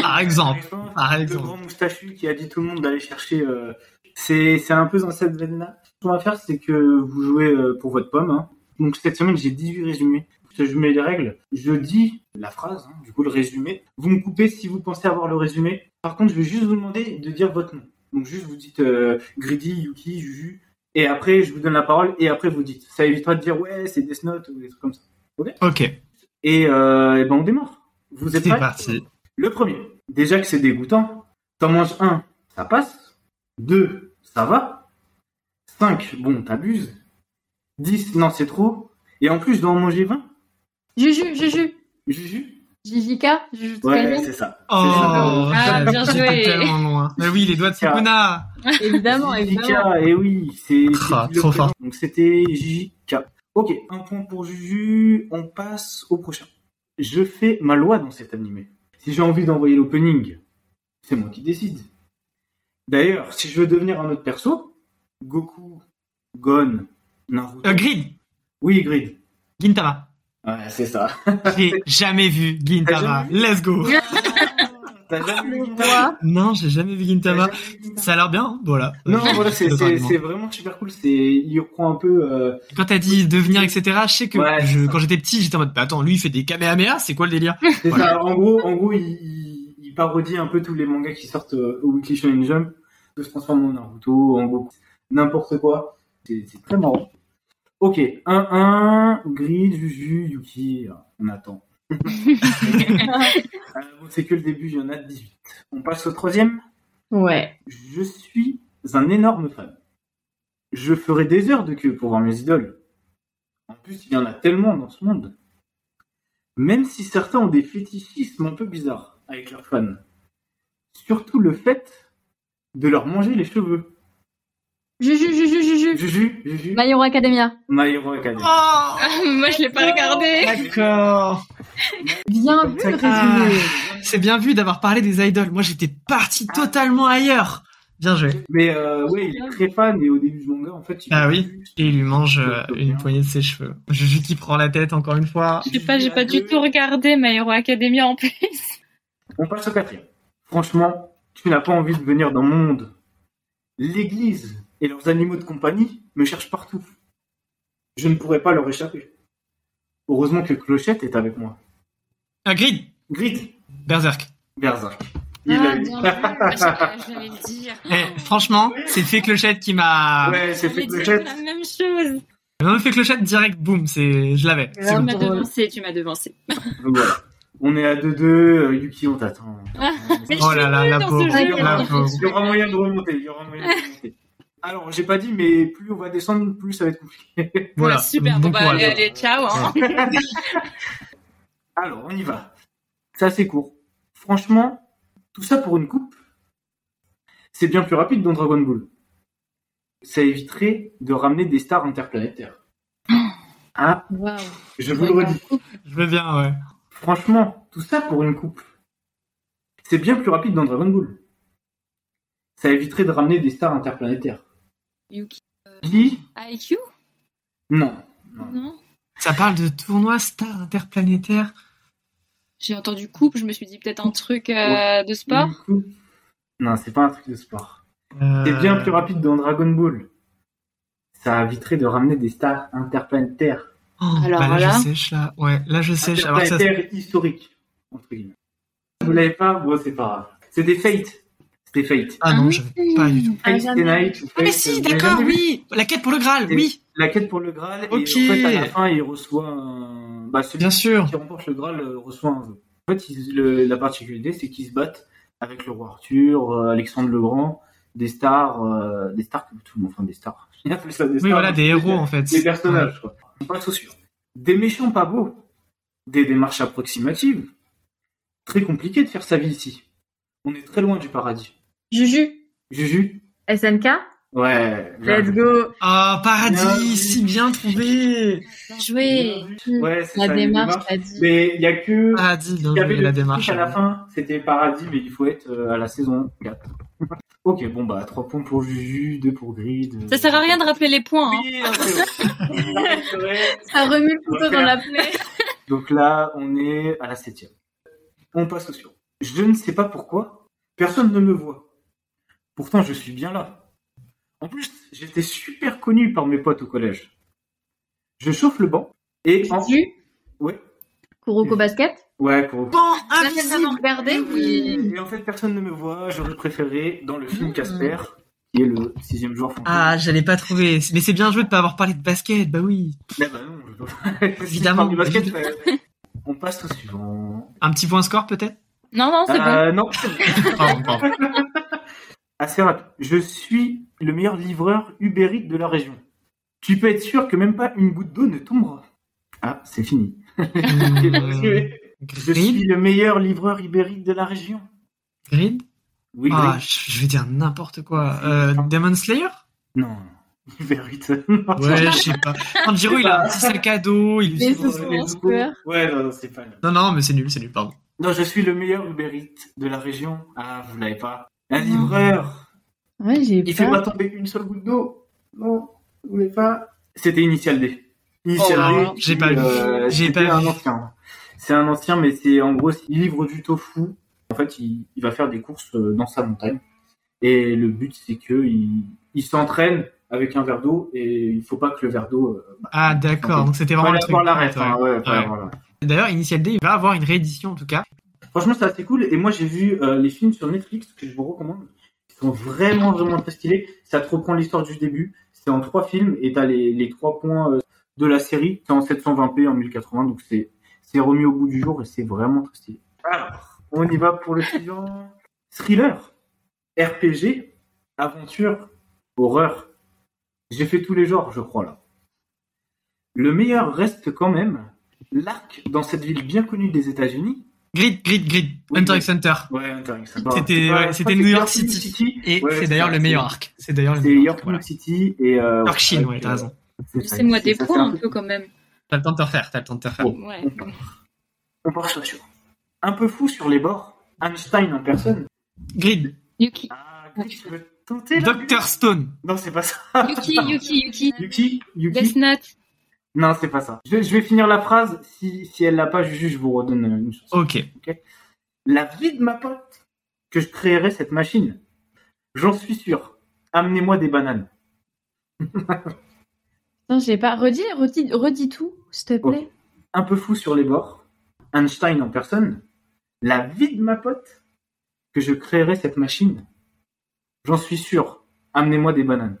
Par exemple. Par
Le
exemple.
grand moustachu qui a dit tout le monde d'aller chercher. euh, c'est c'est un peu dans cette veine-là. Ce qu'on va faire, c'est que vous jouez euh, pour votre pomme. hein. Donc cette semaine, j'ai 18 résumés. Je mets les règles. Je dis la phrase, hein, du coup le résumé. Vous me coupez si vous pensez avoir le résumé. Par contre, je vais juste vous demander de dire votre nom.
Donc juste vous dites euh, Greedy, Yuki, Juju, et après je vous donne la parole, et après vous dites. Ça évitera de dire ouais, c'est Death Note ou des trucs comme ça.
Ok,
Et, euh, eh ben on démarre. Vous êtes
c'est
prêts
parti.
Le premier. Déjà que c'est dégoûtant. T'en manges un, ça passe. Deux, ça va. Cinq, bon, t'abuses. Dix, non, c'est trop. Et en plus, d'en manger vingt,
Juju, Juju,
Juju
Jijika, Juju
Ouais,
Tsukayomi.
c'est ça. C'est ça.
Oh,
Ah, bien
j'étais
joué.
tellement loin. Mais oui, les doigts de Sukuna.
Évidemment, évidemment.
et eh oui, c'est c'est
Ah,
qui le
trop
présente.
fort.
Donc c'était JJK. Ok, un point pour Juju. On passe au prochain. Je fais ma loi dans cet animé. Si j'ai envie d'envoyer l'opening, c'est moi qui décide. D'ailleurs, si je veux devenir un autre perso, Goku, Gon, Naruto.
Euh, Grid,
oui, Grid.
Gintama.
Ouais, c'est ça.
J'ai jamais vu Gintama.
T'as jamais
Let's go.
T'as jamais
Le
vu
roi.
Non, j'ai jamais vu
T'as
Gintama.
jamais vu Gintama
Ça a l'air bien, hein voilà.
Non,
Euh,
voilà, c'est
d'autres
c'est-
arguments.
c'est vraiment super cool. C'est, il reprend un peu. euh,
Quand t'as dit devenir, etc., je sais que
Ouais,
je-
c'est ça.
quand j'étais petit, j'étais en mode, bah attends, lui il fait des kamehameha, c'est quoi le délire
C'est
Voilà.
ça. En gros, en gros, il, il- il parodie un peu tous les mangas qui sortent euh, au Weekly Shonen Jump. Tout se transforme en Naruto, en Goku, n'importe quoi. C'est c'est très marrant. Ok, 1-1, Grid, Juju, Yuki, on attend. Euh, bon, c'est que le début, il y en a 18. On passe au troisième.
Ouais.
Je suis un énorme fan. Je ferai des heures de queue pour voir mes idoles. En plus, il y en a tellement dans ce monde. Même si certains ont des fétichismes un peu bizarres avec leurs fans. Surtout le fait de leur manger les cheveux.
Juju, Juju, Juju.
Juju, Juju,
My Hero Academia.
My Hero Academy.
Oh
Ah,
Moi, je l'ai pas regardé.
D'accord.
Bien vu,
Tac.
résumé.
C'est bien vu d'avoir parlé des idoles. Moi, j'étais parti
Ah.
totalement ailleurs. Bien joué.
Mais euh, ouais, il est très fan et au début du manga, en fait, il
Ah oui. Et il lui mange euh,
Bien.
une poignée de ses cheveux. Juju qui prend la tête encore une fois.
Je sais pas, j'ai pas du tout regardé My Hero Academia en plus.
On passe au quatrième. Franchement, tu n'as pas envie de venir dans mon monde. L'église et leurs animaux de compagnie me cherchent partout. Je ne pourrais pas leur échapper. Heureusement que Clochette est avec moi.
Ah, Grid,
Grid,
Berserk.
Berserk. Il
Ah,
a eu.
bien joué. J'allais le dire.
Eh, franchement, c'est fait clochette qui m'a.
Ouais, c'est fait
J'allais dire
Clochette.
la même chose.
Non, fait clochette direct, boum, c'est, je l'avais. C'est
Tu
bon.
m'as
drôle.
devancé, tu m'as devancé.
Donc voilà. On est à 2-2. euh, Yuki, on t'attend.
Ah, Mais
Oh là là,
nulle
la
dans ce
pauvre,
jeu.
la pauvre.
Il y aura moyen de remonter. Il y aura moyen de remonter. Alors, j'ai pas dit, mais plus on va descendre, plus ça va être compliqué.
Voilà.
Ouais, super, bon,
bon
bah, allez,
courage.
allez, ciao. hein.
Alors, on y va. C'est assez court. Franchement, tout ça pour une coupe, c'est bien plus rapide dans Dragon Ball. Ça éviterait de ramener des stars interplanétaires. Ah,
Waouh.
je vous le redis.
Je veux bien, ouais.
Franchement, tout ça pour une coupe, c'est bien plus rapide dans Dragon Ball. Ça éviterait de ramener des stars interplanétaires.
Yuki.
Qui
IQ
Non. non.
Non
Ça parle de tournoi star interplanétaire.
J'ai entendu coupe, je me suis dit peut-être un truc euh,
Ouais.
de sport.
Une coupe Non, c'est pas un truc de sport.
Euh,
C'est bien plus rapide dans Dragon Ball. Ça éviterait de ramener des stars interplanétaires.
Oh,
Alors
bah là,
là.
je sèche, là. Ouais, là, je sèche. Alors, ça,
Interplanétaires historiques, entre guillemets. Vous l'avez pas Bon, c'est pas grave. C'était Fate. C'était Fate.
ah non, j'avais pas du tout.
Ah,
Fate Stay
jamais.
Night. ou
Ah, mais
Fate,
si,
vous l'avez
d'accord,
jamais vu
oui. La quête pour le Graal,
Et-
oui.
La quête pour le Graal.
Ok.
Et en fait, à la fin, il reçoit un... Bah, celui
Bien sûr.
qui remporte le Graal euh, reçoit un vœu. En fait, ils- le- la particularité, c'est qu'ils se battent avec le roi Arthur, euh, Alexandre le Grand, des stars, euh, des stars comme tout le monde, enfin des stars. J'ai appelé ça des
Oui,
stars.
voilà, des héros, en fait.
des personnages, quoi. On passe au suivant. Des méchants pas beaux, des démarches approximatives. Très compliqué de faire sa vie ici. On est très loin du paradis.
Juju.
Juju
SNK.
Ouais. bien
Let's
joué.
go.
Ah, paradis,
Bien.
si bien trouvé.
Bien joué.
Ouais, c'est
La
ça, les
démarche,
démarches.
t'as dit.
Mais il y a que.
Paradis, bien
il y avait
joué,
le
Ah, la
petit
démarche.
truc à la fin, c'était paradis, mais il faut être euh, à la saison 4. ok, bon bah 3 points pour Juju, 2 pour Grid. euh,
Ça sert à rien de rappeler les points. hein.
Oui, non, c'est vrai.
Ça remue le couteau
Ok.
dans la plaie.
Donc là, on est à la septième. On passe au suivant. Je ne sais pas pourquoi, personne ne me voit. Pourtant, je suis bien là. En plus, j'étais super connu par mes potes au collège. Je chauffe le banc et en...
Juju.
Ouais,
Kuroko Basket.
ouais, pour...
Bon,
Personnellement regardé, Ah, oui.
Et en fait, personne ne me voit. J'aurais préféré dans le film Casper, qui est le sixième joueur fantôme.
Ah, j'allais pas trouver. Mais c'est bien joué de pas avoir parlé de basket, bah oui.
Mais bah non, je dois- Si je
Évidemment.
parle du basket, ça- On passe au suivant.
Un petit point score peut-être
Non, non, c'est bon.
Euh, Non,
Pardon, pardon.
assez rapide. Je suis le meilleur livreur ubérique de la région. Tu peux être sûr que même pas une goutte d'eau ne tombera. Ah, c'est fini.
Euh,
Je suis
Grid
le meilleur livreur ibérique de la région.
Grid
Oui,
Ah,
Grid.
je je vais dire n'importe quoi. Euh, Demon Slayer
Non, ibérique. non.
Ouais, je sais pas. Tanjiro, il a un petit sac à dos, il
Mais
lui
ce
s'ouvre
sont
les
en
os.
square.
Ouais, non, non, c'est pas le-
Non, non, mais c'est nul, c'est nul, pardon.
Non, je suis le meilleur ubérite de la région. Ah, vous l'avez pas. Un livreur.
Ouais, j'ai
Il fait pas
pas.
tomber une seule goutte d'eau. Non, vous l'avez pas. C'était Initial D. Initial
Oh,
D. euh,
non,
j'ai pas vu. J'ai
c'était
pas
un
vu.
ancien. C'est un ancien, mais c'est en gros, il livre du tofu. En fait, il, il va faire des courses euh, dans sa montagne. Et le but, c'est que il, il s'entraîne avec un verre d'eau et il faut pas que le verre d'eau. euh, bah,
Ah, d'accord, donc c'était vraiment
fallait
le truc.
avoir la ref, hein,
Ouais.
ouais, fallait
Ouais.
avoir la ref.
D'ailleurs, Initial D, il va avoir une réédition en tout cas.
Franchement, c'est assez cool. Et moi, j'ai vu euh, les films sur Netflix que je vous recommande. Ils sont vraiment, vraiment très stylés. Ça te reprend l'histoire du début. C'est en trois films et t'as les, les trois points euh, de la série. C'est en 720p, en 1080. Donc, c'est, c'est remis au bout du jour et c'est vraiment très stylé. Alors, on y va pour le suivant. Thriller, RPG, aventure, horreur. J'ai fait tous les genres, je crois, là. Le meilleur reste quand même l'arc dans cette ville bien connue des États-Unis.
Grid, Grid, Grid,
Oui,
Hunter
oui.
x Hunter.
Ouais,
C'était-
intéressant. C'est pas-
ouais,
je
c'était
crois que
New
c'est
York
Cartoon
City. Et
Ouais,
c'est d'ailleurs le
ça,
meilleur
c'est-
arc. C'est d'ailleurs le
C'est
meilleur
York
arc. Voilà.
City et. Euh,
York Shin, ouais,
avec,
t'as
euh,
raison.
c'est ça,
Laissez-moi
c'est
des
ça,
points
c'est
un peu quand même.
T'as le temps de te refaire, t'as le temps de te refaire.
Bon.
Ouais.
On part sur sur- Un peu fou sur les bords. Einstein en personne.
Grid,
Yuki.
Ah, je veux tenter là.
Dr Stone.
Non, c'est pas ça.
Yuki, Yuki, Yuki.
Yuki Yuki
Death Note.
Non, c'est pas ça. Je, vais- je vais finir la phrase. Si, si elle l'a pas, Juju, je vous redonne euh, une chose.
Ok.
La vie de ma pote que je créerai cette machine. J'en suis sûr. Amenez-moi des bananes.
Non, j'ai pas. Redis, redis, redis tout, s'il te plaît.
un peu fou sur les bords, Einstein en personne, la vie de ma pote, que je créerai cette machine. J'en suis sûr. Amenez-moi des bananes.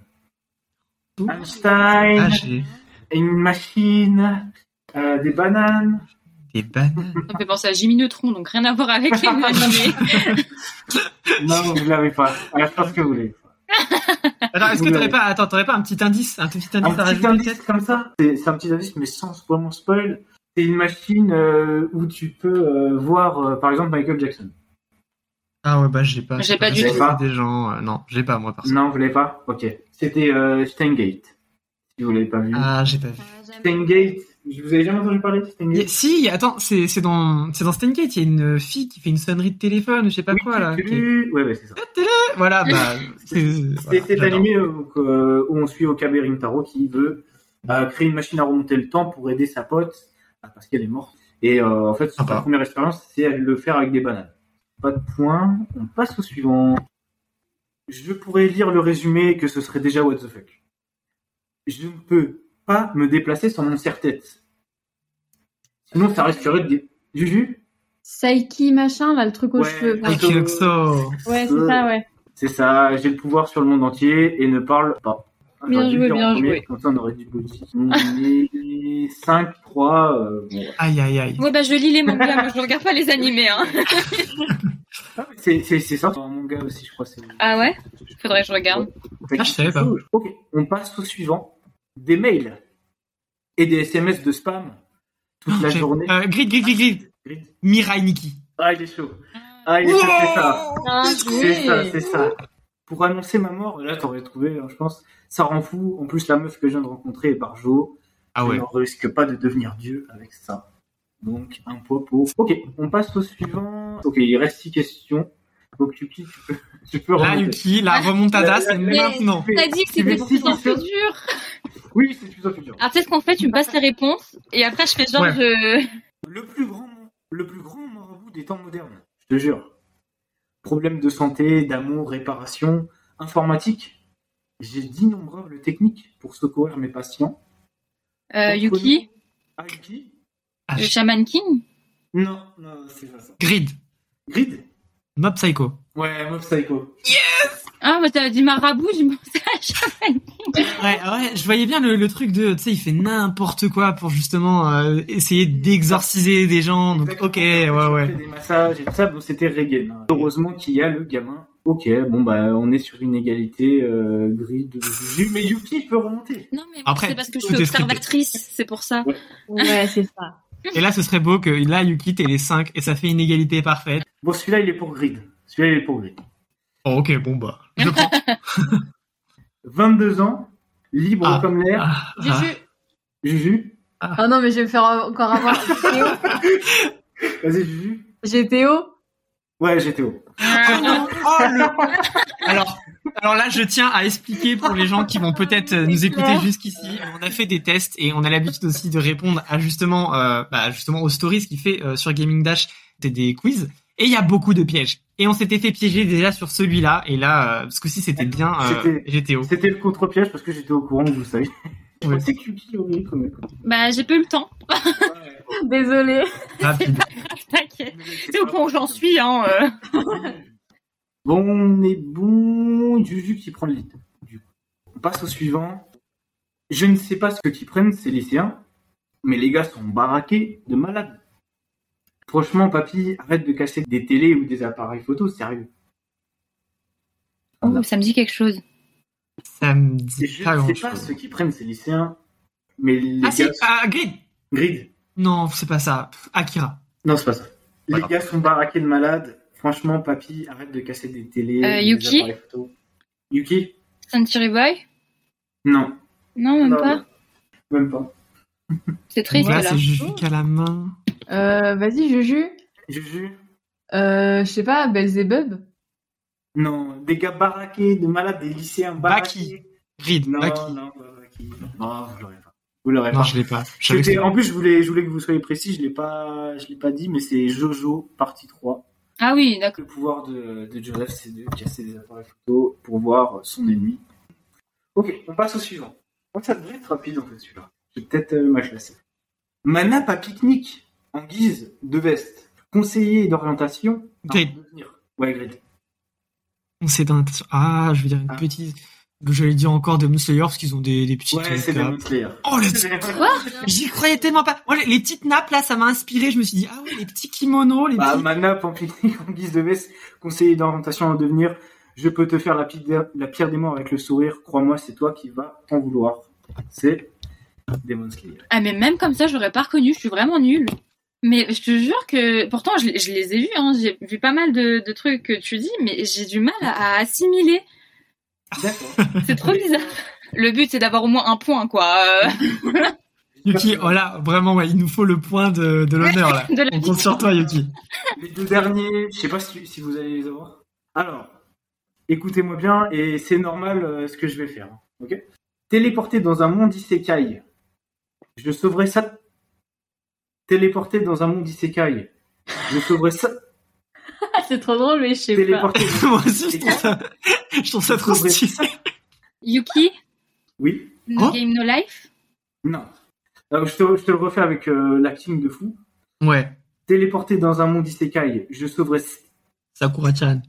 Ouh.
Einstein,
Ah, j'ai
une machine, euh, des bananes.
des bananes.
Ça me fait penser à Jimmy Neutron, donc rien à voir avec les animés.
Non, vous l'avez pas. Alors, je pense que vous l'avez.
Attends, est-ce que t'aurais pas, attends, t'aurais pas un petit indice, un petit
Un
indice à
petit
rajouter
indice
peut-être
comme ça. C'est c'est un petit indice, mais sans vraiment spoil. C'est une machine euh, où tu peux euh, voir, euh, par exemple, Michael Jackson.
Ah ouais, bah j'ai pas.
J'ai pas du
parce que
tout.
c'est Des gens, euh, non, j'ai pas moi perso.
Non, vous l'avez pas Ok. C'était euh, Steingate. Si vous l'avez pas vu.
Ah, j'ai pas vu.
Steingate, je vous avez jamais entendu parler de Steingate
Y a- si, attends, c'est c'est dans, c'est dans Stangate, il y a une fille qui fait une sonnerie de téléphone, je sais pas quoi là. qui-
Tu- Ouais, ouais, c'est ça.
Voilà, bah. C'est
C'est
voilà,
cet
j'adore.
animé euh, que- euh, où on suit Okabe Rintaro qui veut euh, créer une machine à remonter le temps pour aider sa pote euh, parce qu'elle est morte. Et euh, en fait, sa
Sympa.
première expérience, c'est à le faire avec des bananes. Pas de points, on passe au suivant. Je pourrais lire le résumé que ce serait déjà what the fuck. Je ne peux pas me déplacer sans mon serre-tête. Sinon, ça risquerait de... dé- Juju
Saiki, machin, là, le truc aux
Ouais.
cheveux.
Ah, Kyokso.
Ouais, c'est ça, ouais.
C'est ça, j'ai le pouvoir sur le monde entier et ne parle pas.
Bien
J'aurais dû
joué,
le dire en
bien
premier,
joué.
Comme ça, on aurait dit Bouddhi. On est 5, 3. euh, bon, ouais.
Aïe, aïe, aïe.
Ouais, bah je lis les mangas, moi je regarde pas les animés. Hein.
C'est c'est- c'est ça. En manga aussi, je crois. c'est-
Ah ouais Faudrait que je regarde.
Fait que-
Ah, je savais pas.
Ok, on passe au suivant. Des mails et des SMS de spam toute la
J'ai-
journée.
euh, grid, grid, grid, grid.
Grid.
Mirai Nikki.
Ah, il est chaud. Ah, il est chaud, c'est ça.
Ah,
C'est ça, c'est ça. Pour annoncer ma mort, là, t'aurais trouvé, hein, je pense. Ça rend fou. En plus, la meuf que je viens de rencontrer est Barjo.
Ah
Je
ouais.
ne risque pas de devenir dieu avec ça. Donc, un point pour. Ok, on passe au suivant. Ok, il reste six questions. Donc, Yuki, tu peux, tu peux
Là,
remonter.
Yuki, la remontada, c'est
Mais-
maintenant.
Tu fais-
T'as dit que
tu fais
c'était Ah.
six
pourtant plus
questions.
dur.
Oui, c'est plus en plus dur.
Alors, tu sais ce qu'on fait Tu me passes les réponses et après, je fais genre,
Ouais.
je.
Le plus grand, le plus grand marabout des temps modernes. Je te jure. Problèmes de santé, d'amour, réparation, informatique. J'ai d'innombrables techniques pour secourir mes patients.
Euh, Yuki,
Ah, Yuki
Ah,
le Shaman King
Non, non, c'est pas ça.
Grid.
Grid
Mob Psycho.
Ouais, Mob Psycho.
Ah, bah, t'avais dit marabout, j'ai pensé à
Ouais, ouais, je voyais bien le, le truc de, tu sais, il fait n'importe quoi pour justement euh, essayer d'exorciser des gens. Donc, ok, ouais,
Il
ouais.
fait des massages et tout ça, donc c'était Reagan. Heureusement qu'il y a le gamin. Ok, bon bah on est sur une égalité euh, grid. Mais Yuki peut remonter.
Non, mais
Après,
c'est parce que je
tout
suis
est frippé.
observatrice, c'est pour ça.
Ouais, c'est ça.
Et là, ce serait beau que là, Yuki, t'es les 5 et ça fait une égalité parfaite.
Bon, celui-là il est pour grid. Celui-là il est pour grid.
Bon, ok, bon, bah. Je prends.
22 ans, libre
Ah.
comme l'air.
Ah, ah.
Juju.
Juju.
Ah non, mais je vais me faire encore avoir.
Vas-y, Juju.
GTO.
Ouais, GTO.
Oh non, oh le- alors, alors là, je tiens à expliquer pour les gens qui vont peut-être euh, nous écouter jusqu'ici. On a fait des tests et on a l'habitude aussi de répondre à justement, euh, bah, justement aux stories qu'il fait euh, sur Gaming Dash, c'est des quiz. Et il y a beaucoup de pièges. Et on s'était fait piéger déjà sur celui-là. Et là, euh, parce que si c'était bien euh,
C'était-
GTO.
C'était le contre-piège parce que j'étais au courant, vous savez.
Ouais.
C'est que Yuki aurait comme
Bah, j'ai pas eu le temps,
Désolée.
Rapide.
t'inquiète. C'est au point où j'en suis, hein. euh.
Bon, on est bon. Juju qui prend le lead. Du coup. On passe au suivant. Je ne sais pas ce qu'ils prennent, ces lycéens, mais les gars sont baraqués de malades. Franchement, papy, arrête de casser des télés ou des appareils photo, sérieux.
Oh, ça me dit quelque chose.
Ça me
Et
dit
je
pas
ne sais pas
grand-chose.
ce qu'ils prennent, ces lycéens, mais les
Ah,
gars
c'est
sont-
ah, Grid.
Grid.
Non, c'est pas ça. Pff, Akira.
Non, c'est pas ça. Les
Voilà.
gars sont baraqués de malades. Franchement, papy, arrête de casser des télés.
Euh,
des
Yuki
appareils photo. Yuki
Century Boy
Non.
Non, même
Non,
pas.
non. Même pas.
C'est triste,
là,
alors.
c'est Juju qu'à la main.
Euh, vas-y, Juju.
Juju
Euh, je sais pas, Belzebub.
Non. Des gars baraqués de malades, des lycéens baraqués.
Grid.
Non,
Baki.
non, pas Baki. Non, vous l'aurez pas. Vous l'aurez
Non,
pas.
je l'ai pas. Je savais que
C'était-
c'était-
En plus, je voulais, je voulais que vous soyez précis, je l'ai pas, je l'ai pas dit, mais c'est Jojo, partie 3.
Ah oui, d'accord.
Le pouvoir de, de Joseph, c'est de casser des appareils photo pour voir son ennemi. Ok, on passe au suivant. Oh, ça devrait être rapide en fait celui-là. J'ai peut-être euh, mal classé. Ma nappe à pique-nique en guise de veste. Conseiller d'orientation.
Grid.
avant de venir. Ouais, Grid.
On s'est dans l'intention- Ah, je veux dire une
Ah.
petite. J'allais dire encore des Slayer parce qu'ils ont des, des petites.
Ouais,
euh,
c'est des
nappes.
Slayer.
Oh, les petits- J'y croyais tellement pas. Moi, les- les petites nappes là, ça m'a inspiré. Je me suis dit, ah ouais, les petits kimonos, les
Bah,
petits.
ma nappe en pique-nique en guise de veste. Conseiller d'orientation à devenir. Je peux te faire la, pi- la pierre des morts avec le sourire. Crois-moi, c'est toi qui vas t'en vouloir. C'est Demon Slayer.
Ah, mais même comme ça, j'aurais pas reconnu, je suis vraiment nulle. Mais je te jure que, pourtant, je, les- je les ai vus, hein, j'ai vu pas mal de, de trucs que tu dis, mais j'ai du mal à, à assimiler.
D'accord.
C'est trop bizarre. Le but, c'est d'avoir au moins un point, quoi, euh,
Yuki, oh là, vraiment, ouais, il nous faut le point de, de l'honneur là.
de la
On compte
vie.
sur toi, Yuki.
Les deux derniers, je sais pas si, si vous allez les avoir. Alors, écoutez-moi bien et c'est normal euh, ce que je vais faire. hein, Ok Téléporté dans un monde isekai. Je sauverai ça. Téléporté dans un monde isekai. Je sauverai ça.
Ah, c'est trop drôle, mais je sais pas.
Téléporté. dans-
Moi aussi, je trouve ça, je trouve ça trop stylé.
Yuki,
Oui.
No
Oh.
Game No Life.
Non. Alors, je, te, je te le refais avec euh, l'acting de fou.
Ouais,
Téléporté dans un monde isekai. Je sauverai. ça.
Sakura-chan,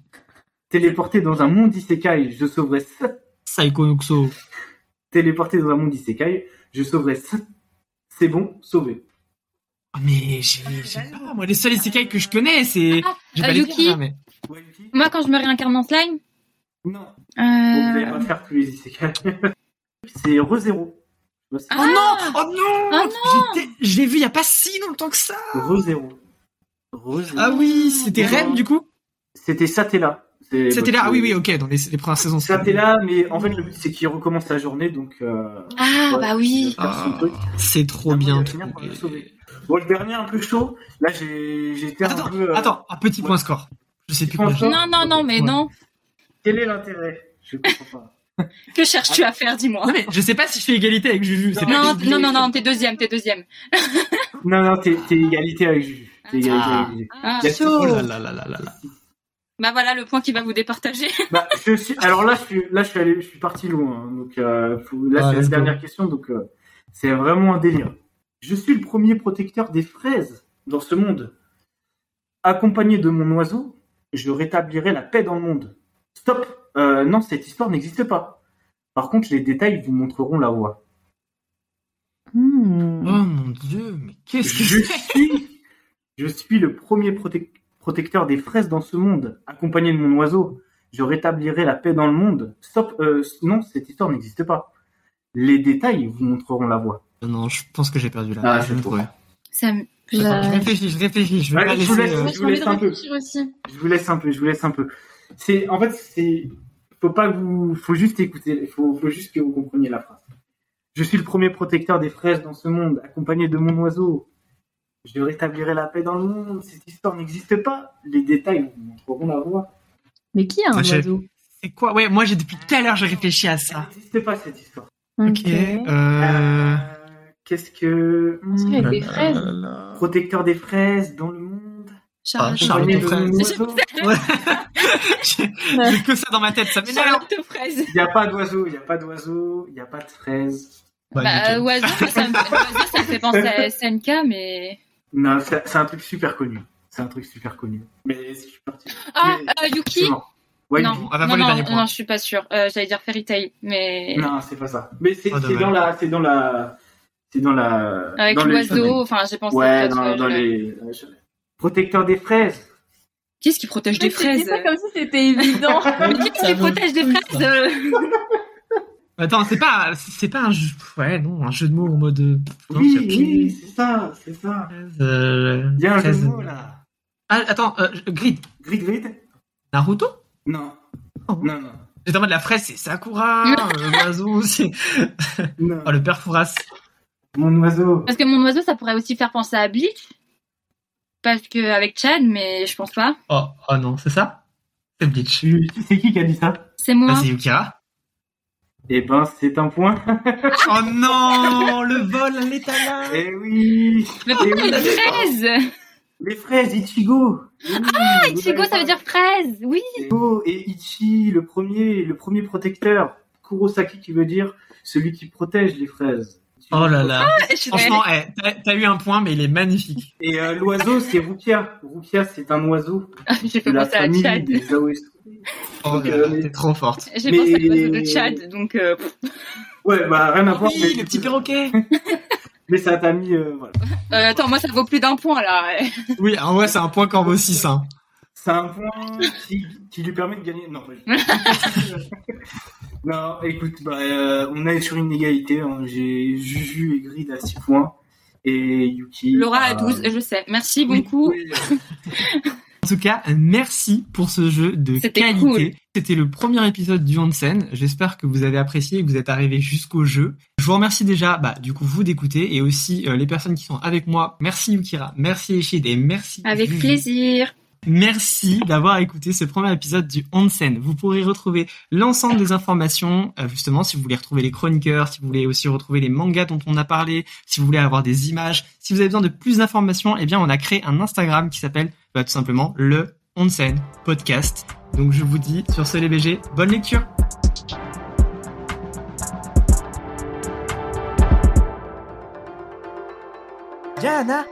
Téléporté dans un monde isekai. Je sauverai ça.
Saiko Noxo.
téléporté dans un monde isekai, je sauverai ça. C'est bon, sauvé.
Ah, Mais j'ai j'ai pas, moi, les seuls isekai que je connais, c'est. J'ai
euh,
pas les
Yuki.
tiens, mais.
Moi, quand je me réincarne en slime,
Non, bon, vous allez
euh...
pas faire tous les isekai. C'est ReZero.
Oh non Oh
Ah
non J'étais- Je l'ai vu il y a pas si longtemps que ça
ReZero. ReZero.
Ah oui, c'était
Non.
Rennes du coup
C'était Satella. C'est-
C'était là,
bah,
ah oui, oui, ok, dans les, les premières saisons.
c'est- Satella, mais en fait, le but, c'est qu'il recommence la journée, donc. euh,
Ah,
ouais,
bah oui.
il va faire son
Ah,
truc.
C'est trop
Ah, moi, il
bien.
va
tout.
finir par le sauver. Bon, le dernier un peu chaud. Là, j'ai j'étais un
Attends,
peu. euh,
attends, un petit
ouais.
point score. Je sais plus
Point
combien.
score.
Non, non, non, mais
Ouais.
non.
Quel est l'intérêt Je comprends pas.
Que cherches-tu à faire, dis-moi
Non mais je sais pas si je fais égalité avec Juju. c'est
Non,
pas-
non, non, non, t'es deuxième, t'es deuxième.
Non, non, t'es t'es égalité avec Juju. T'es égalité
Ah.
avec Juju.
Ah.
Il y a
Oh
tout-
là là là là là là.
Bah voilà le point qui va vous départager.
Bah, je suis... Alors là, je suis, là, je suis, allé... je suis parti loin. hein. Donc, euh, faut- là,
Ah,
c'est
let's
la
go.
dernière question. Donc, euh, c'est vraiment un délire. Je suis le premier protecteur des fraises dans ce monde. accompagné de mon oiseau, je rétablirai la paix dans le monde. Stop euh, Non, cette histoire n'existe pas. Par contre, les détails vous montreront la voie.
Oh
Hmm.
mon dieu, mais qu'est-ce que
Je
c'est
suis, je suis le premier protec- protecteur des fraises dans ce monde, accompagné de mon oiseau. Je rétablirai la paix dans le monde. Stop euh, Non, cette histoire n'existe pas. Les détails vous montreront la voie.
Non, je pense que j'ai perdu là.
Ah,
je vais
c'est
me
faux.
trouver.
Ça me-
Attends, je réfléchis, je réfléchis. Je vais
Ouais,
pas
je
laisser.
vous laisse-
euh,
Moi,
je
j'ai
vous
envie
laisse
de
un peu.
réfléchir aussi.
Je vous laisse un peu, je vous laisse un peu. C'est, en fait, c'est, faut pas que vous, faut juste écouter, faut, faut juste que vous compreniez la phrase. Je suis le premier protecteur des fraises dans ce monde, accompagné de mon oiseau. Je rétablirai la paix dans le monde. Cette histoire n'existe pas. Les détails vous montreront la voie.
Mais qui a un
Moi, j'ai-
oiseau
euh, C'est quoi Ouais, moi j'ai depuis tout à l'heure j'ai réfléchi à
Elle
ça.
n'existe pas cette histoire.
Ok. Euh...
Euh, Qu'est-ce que euh,
Est-ce qu'avec
là
Ah.
des
là
fraises
là là.
protecteur des fraises dans le monde
Ah,
Charlotte,
Charlotte
accompagné
aux
de
fraises.
mon oiseau.
J'ai j'ai que ça dans ma tête, ça m'énerve.
Charlotte aux fraises.
Il n'y a pas d'oiseau, il n'y a pas d'oiseau, il n'y a pas de fraises.
Bah,
Bah,
nickel.
euh, oiseau, moi, ça me... oiseau, ça me fait penser à SNK, mais.
Non, c'est c'est un truc super connu. C'est un truc super connu. Mais c'est super
Ah,
Mais-
euh, Yuki
C'est bon. Ouais, ah, bah,
Non,
Yuki.
on va voir
non,
les
non,
derniers points.
non, je suis pas sûre. Euh, J'allais dire Fairy Tail, mais.
Non, c'est pas ça. Mais c'est
Oh,
c'est
dommage.
dans la, c'est dans la, c'est dans la.
Avec
dans le shonen.
l'oiseau, enfin, j'ai pensé à
Ouais,
d'autres,
dans, dans
euh,
les. dans les shonen. Protecteur des fraises.
Qu'est-ce qui protège des fraises
C'est comme si c'était évident.
Mais Qu'est-ce qui
Ça vaut le
protège des
coup,
fraises euh
Attends, c'est pas, c'est pas un jeu, ouais, non, un jeu de mots en mode. euh, non,
Oui,
c'est plus-
oui, c'est ça, c'est ça.
Euh,
Il y a un jeu de
fraises.
mots là.
Ah, attends, euh, je- Grid,
Grid Grid
Naruto
Non.
Oh.
Non, non.
J'étais en mode la fraise, c'est Sakura, euh, l'oiseau, c'est.
non.
Oh, le père Fouras.
Mon oiseau.
Parce que mon oiseau, ça pourrait aussi faire penser à Bleach. Parce que avec Chad, mais je pense pas.
Oh, oh non, c'est ça C'est Bleach.
Tu- C'est qui qui a dit ça
C'est moi.
Ah, c'est Yukira.
Eh ben, c'est un point.
Oh non, le vol à l'étalage
Eh oui.
Mais pourquoi
Eh oui,
les
les
fraises
Les fraises, Ichigo. Ah,
Ichigo, ça veut dire fraise, oui.
Ichigo et Ichi, le premier, le premier protecteur. Kurosaki qui veut dire celui qui protège les fraises.
Oh là là.
Je suis
Franchement, eh, t'as- t'as eu un point, mais il est magnifique.
Et euh, l'oiseau, c'est Rukia. Rukia, c'est un oiseau
J'ai
de
fait
la
penser à
famille
Chad.
des Aoesu.
Oh là là, t'es trop forte.
J'ai
Mais-
pensé à l'oiseau de Chad, donc euh, pff.
Ouais, bah
Ah
rien à voir. mais-
Oui, le petit perroquet
Mais ça t'a mis, euh, voilà.
Euh, attends, moi ça vaut plus d'un point là.
Oui, ah ouais, c'est un point Corbeau 6, hein.
C'est un point qui, qui lui permet de gagner. Non, pas du tout. non écoute, bah, euh, on est sur une égalité. hein. J'ai Juju et Grid à 6 points. Et Yuki.
Laura à 12,
douze.
je sais. Merci beaucoup.
En tout cas, merci pour ce jeu de
C'était
qualité.
cool.
C'était le premier épisode du Hansen. J'espère que vous avez apprécié et que vous êtes arrivés jusqu'au jeu. Je vous remercie déjà, bah, du coup, vous d'écouter et aussi euh, les personnes qui sont avec moi. Merci Yukira, merci Echid et merci.
Avec
Juju.
plaisir.
Merci d'avoir écouté ce premier épisode du Hansen. Vous pourrez retrouver l'ensemble des informations, euh, justement, si vous voulez retrouver les chroniqueurs, si vous voulez aussi retrouver les mangas dont on a parlé, si vous voulez avoir des images, si vous avez besoin de plus d'informations, eh bien, on a créé un Instagram qui s'appelle bah, tout simplement le Onsen Podcast. Donc, je vous dis sur ce les BG, bonne lecture. Diana,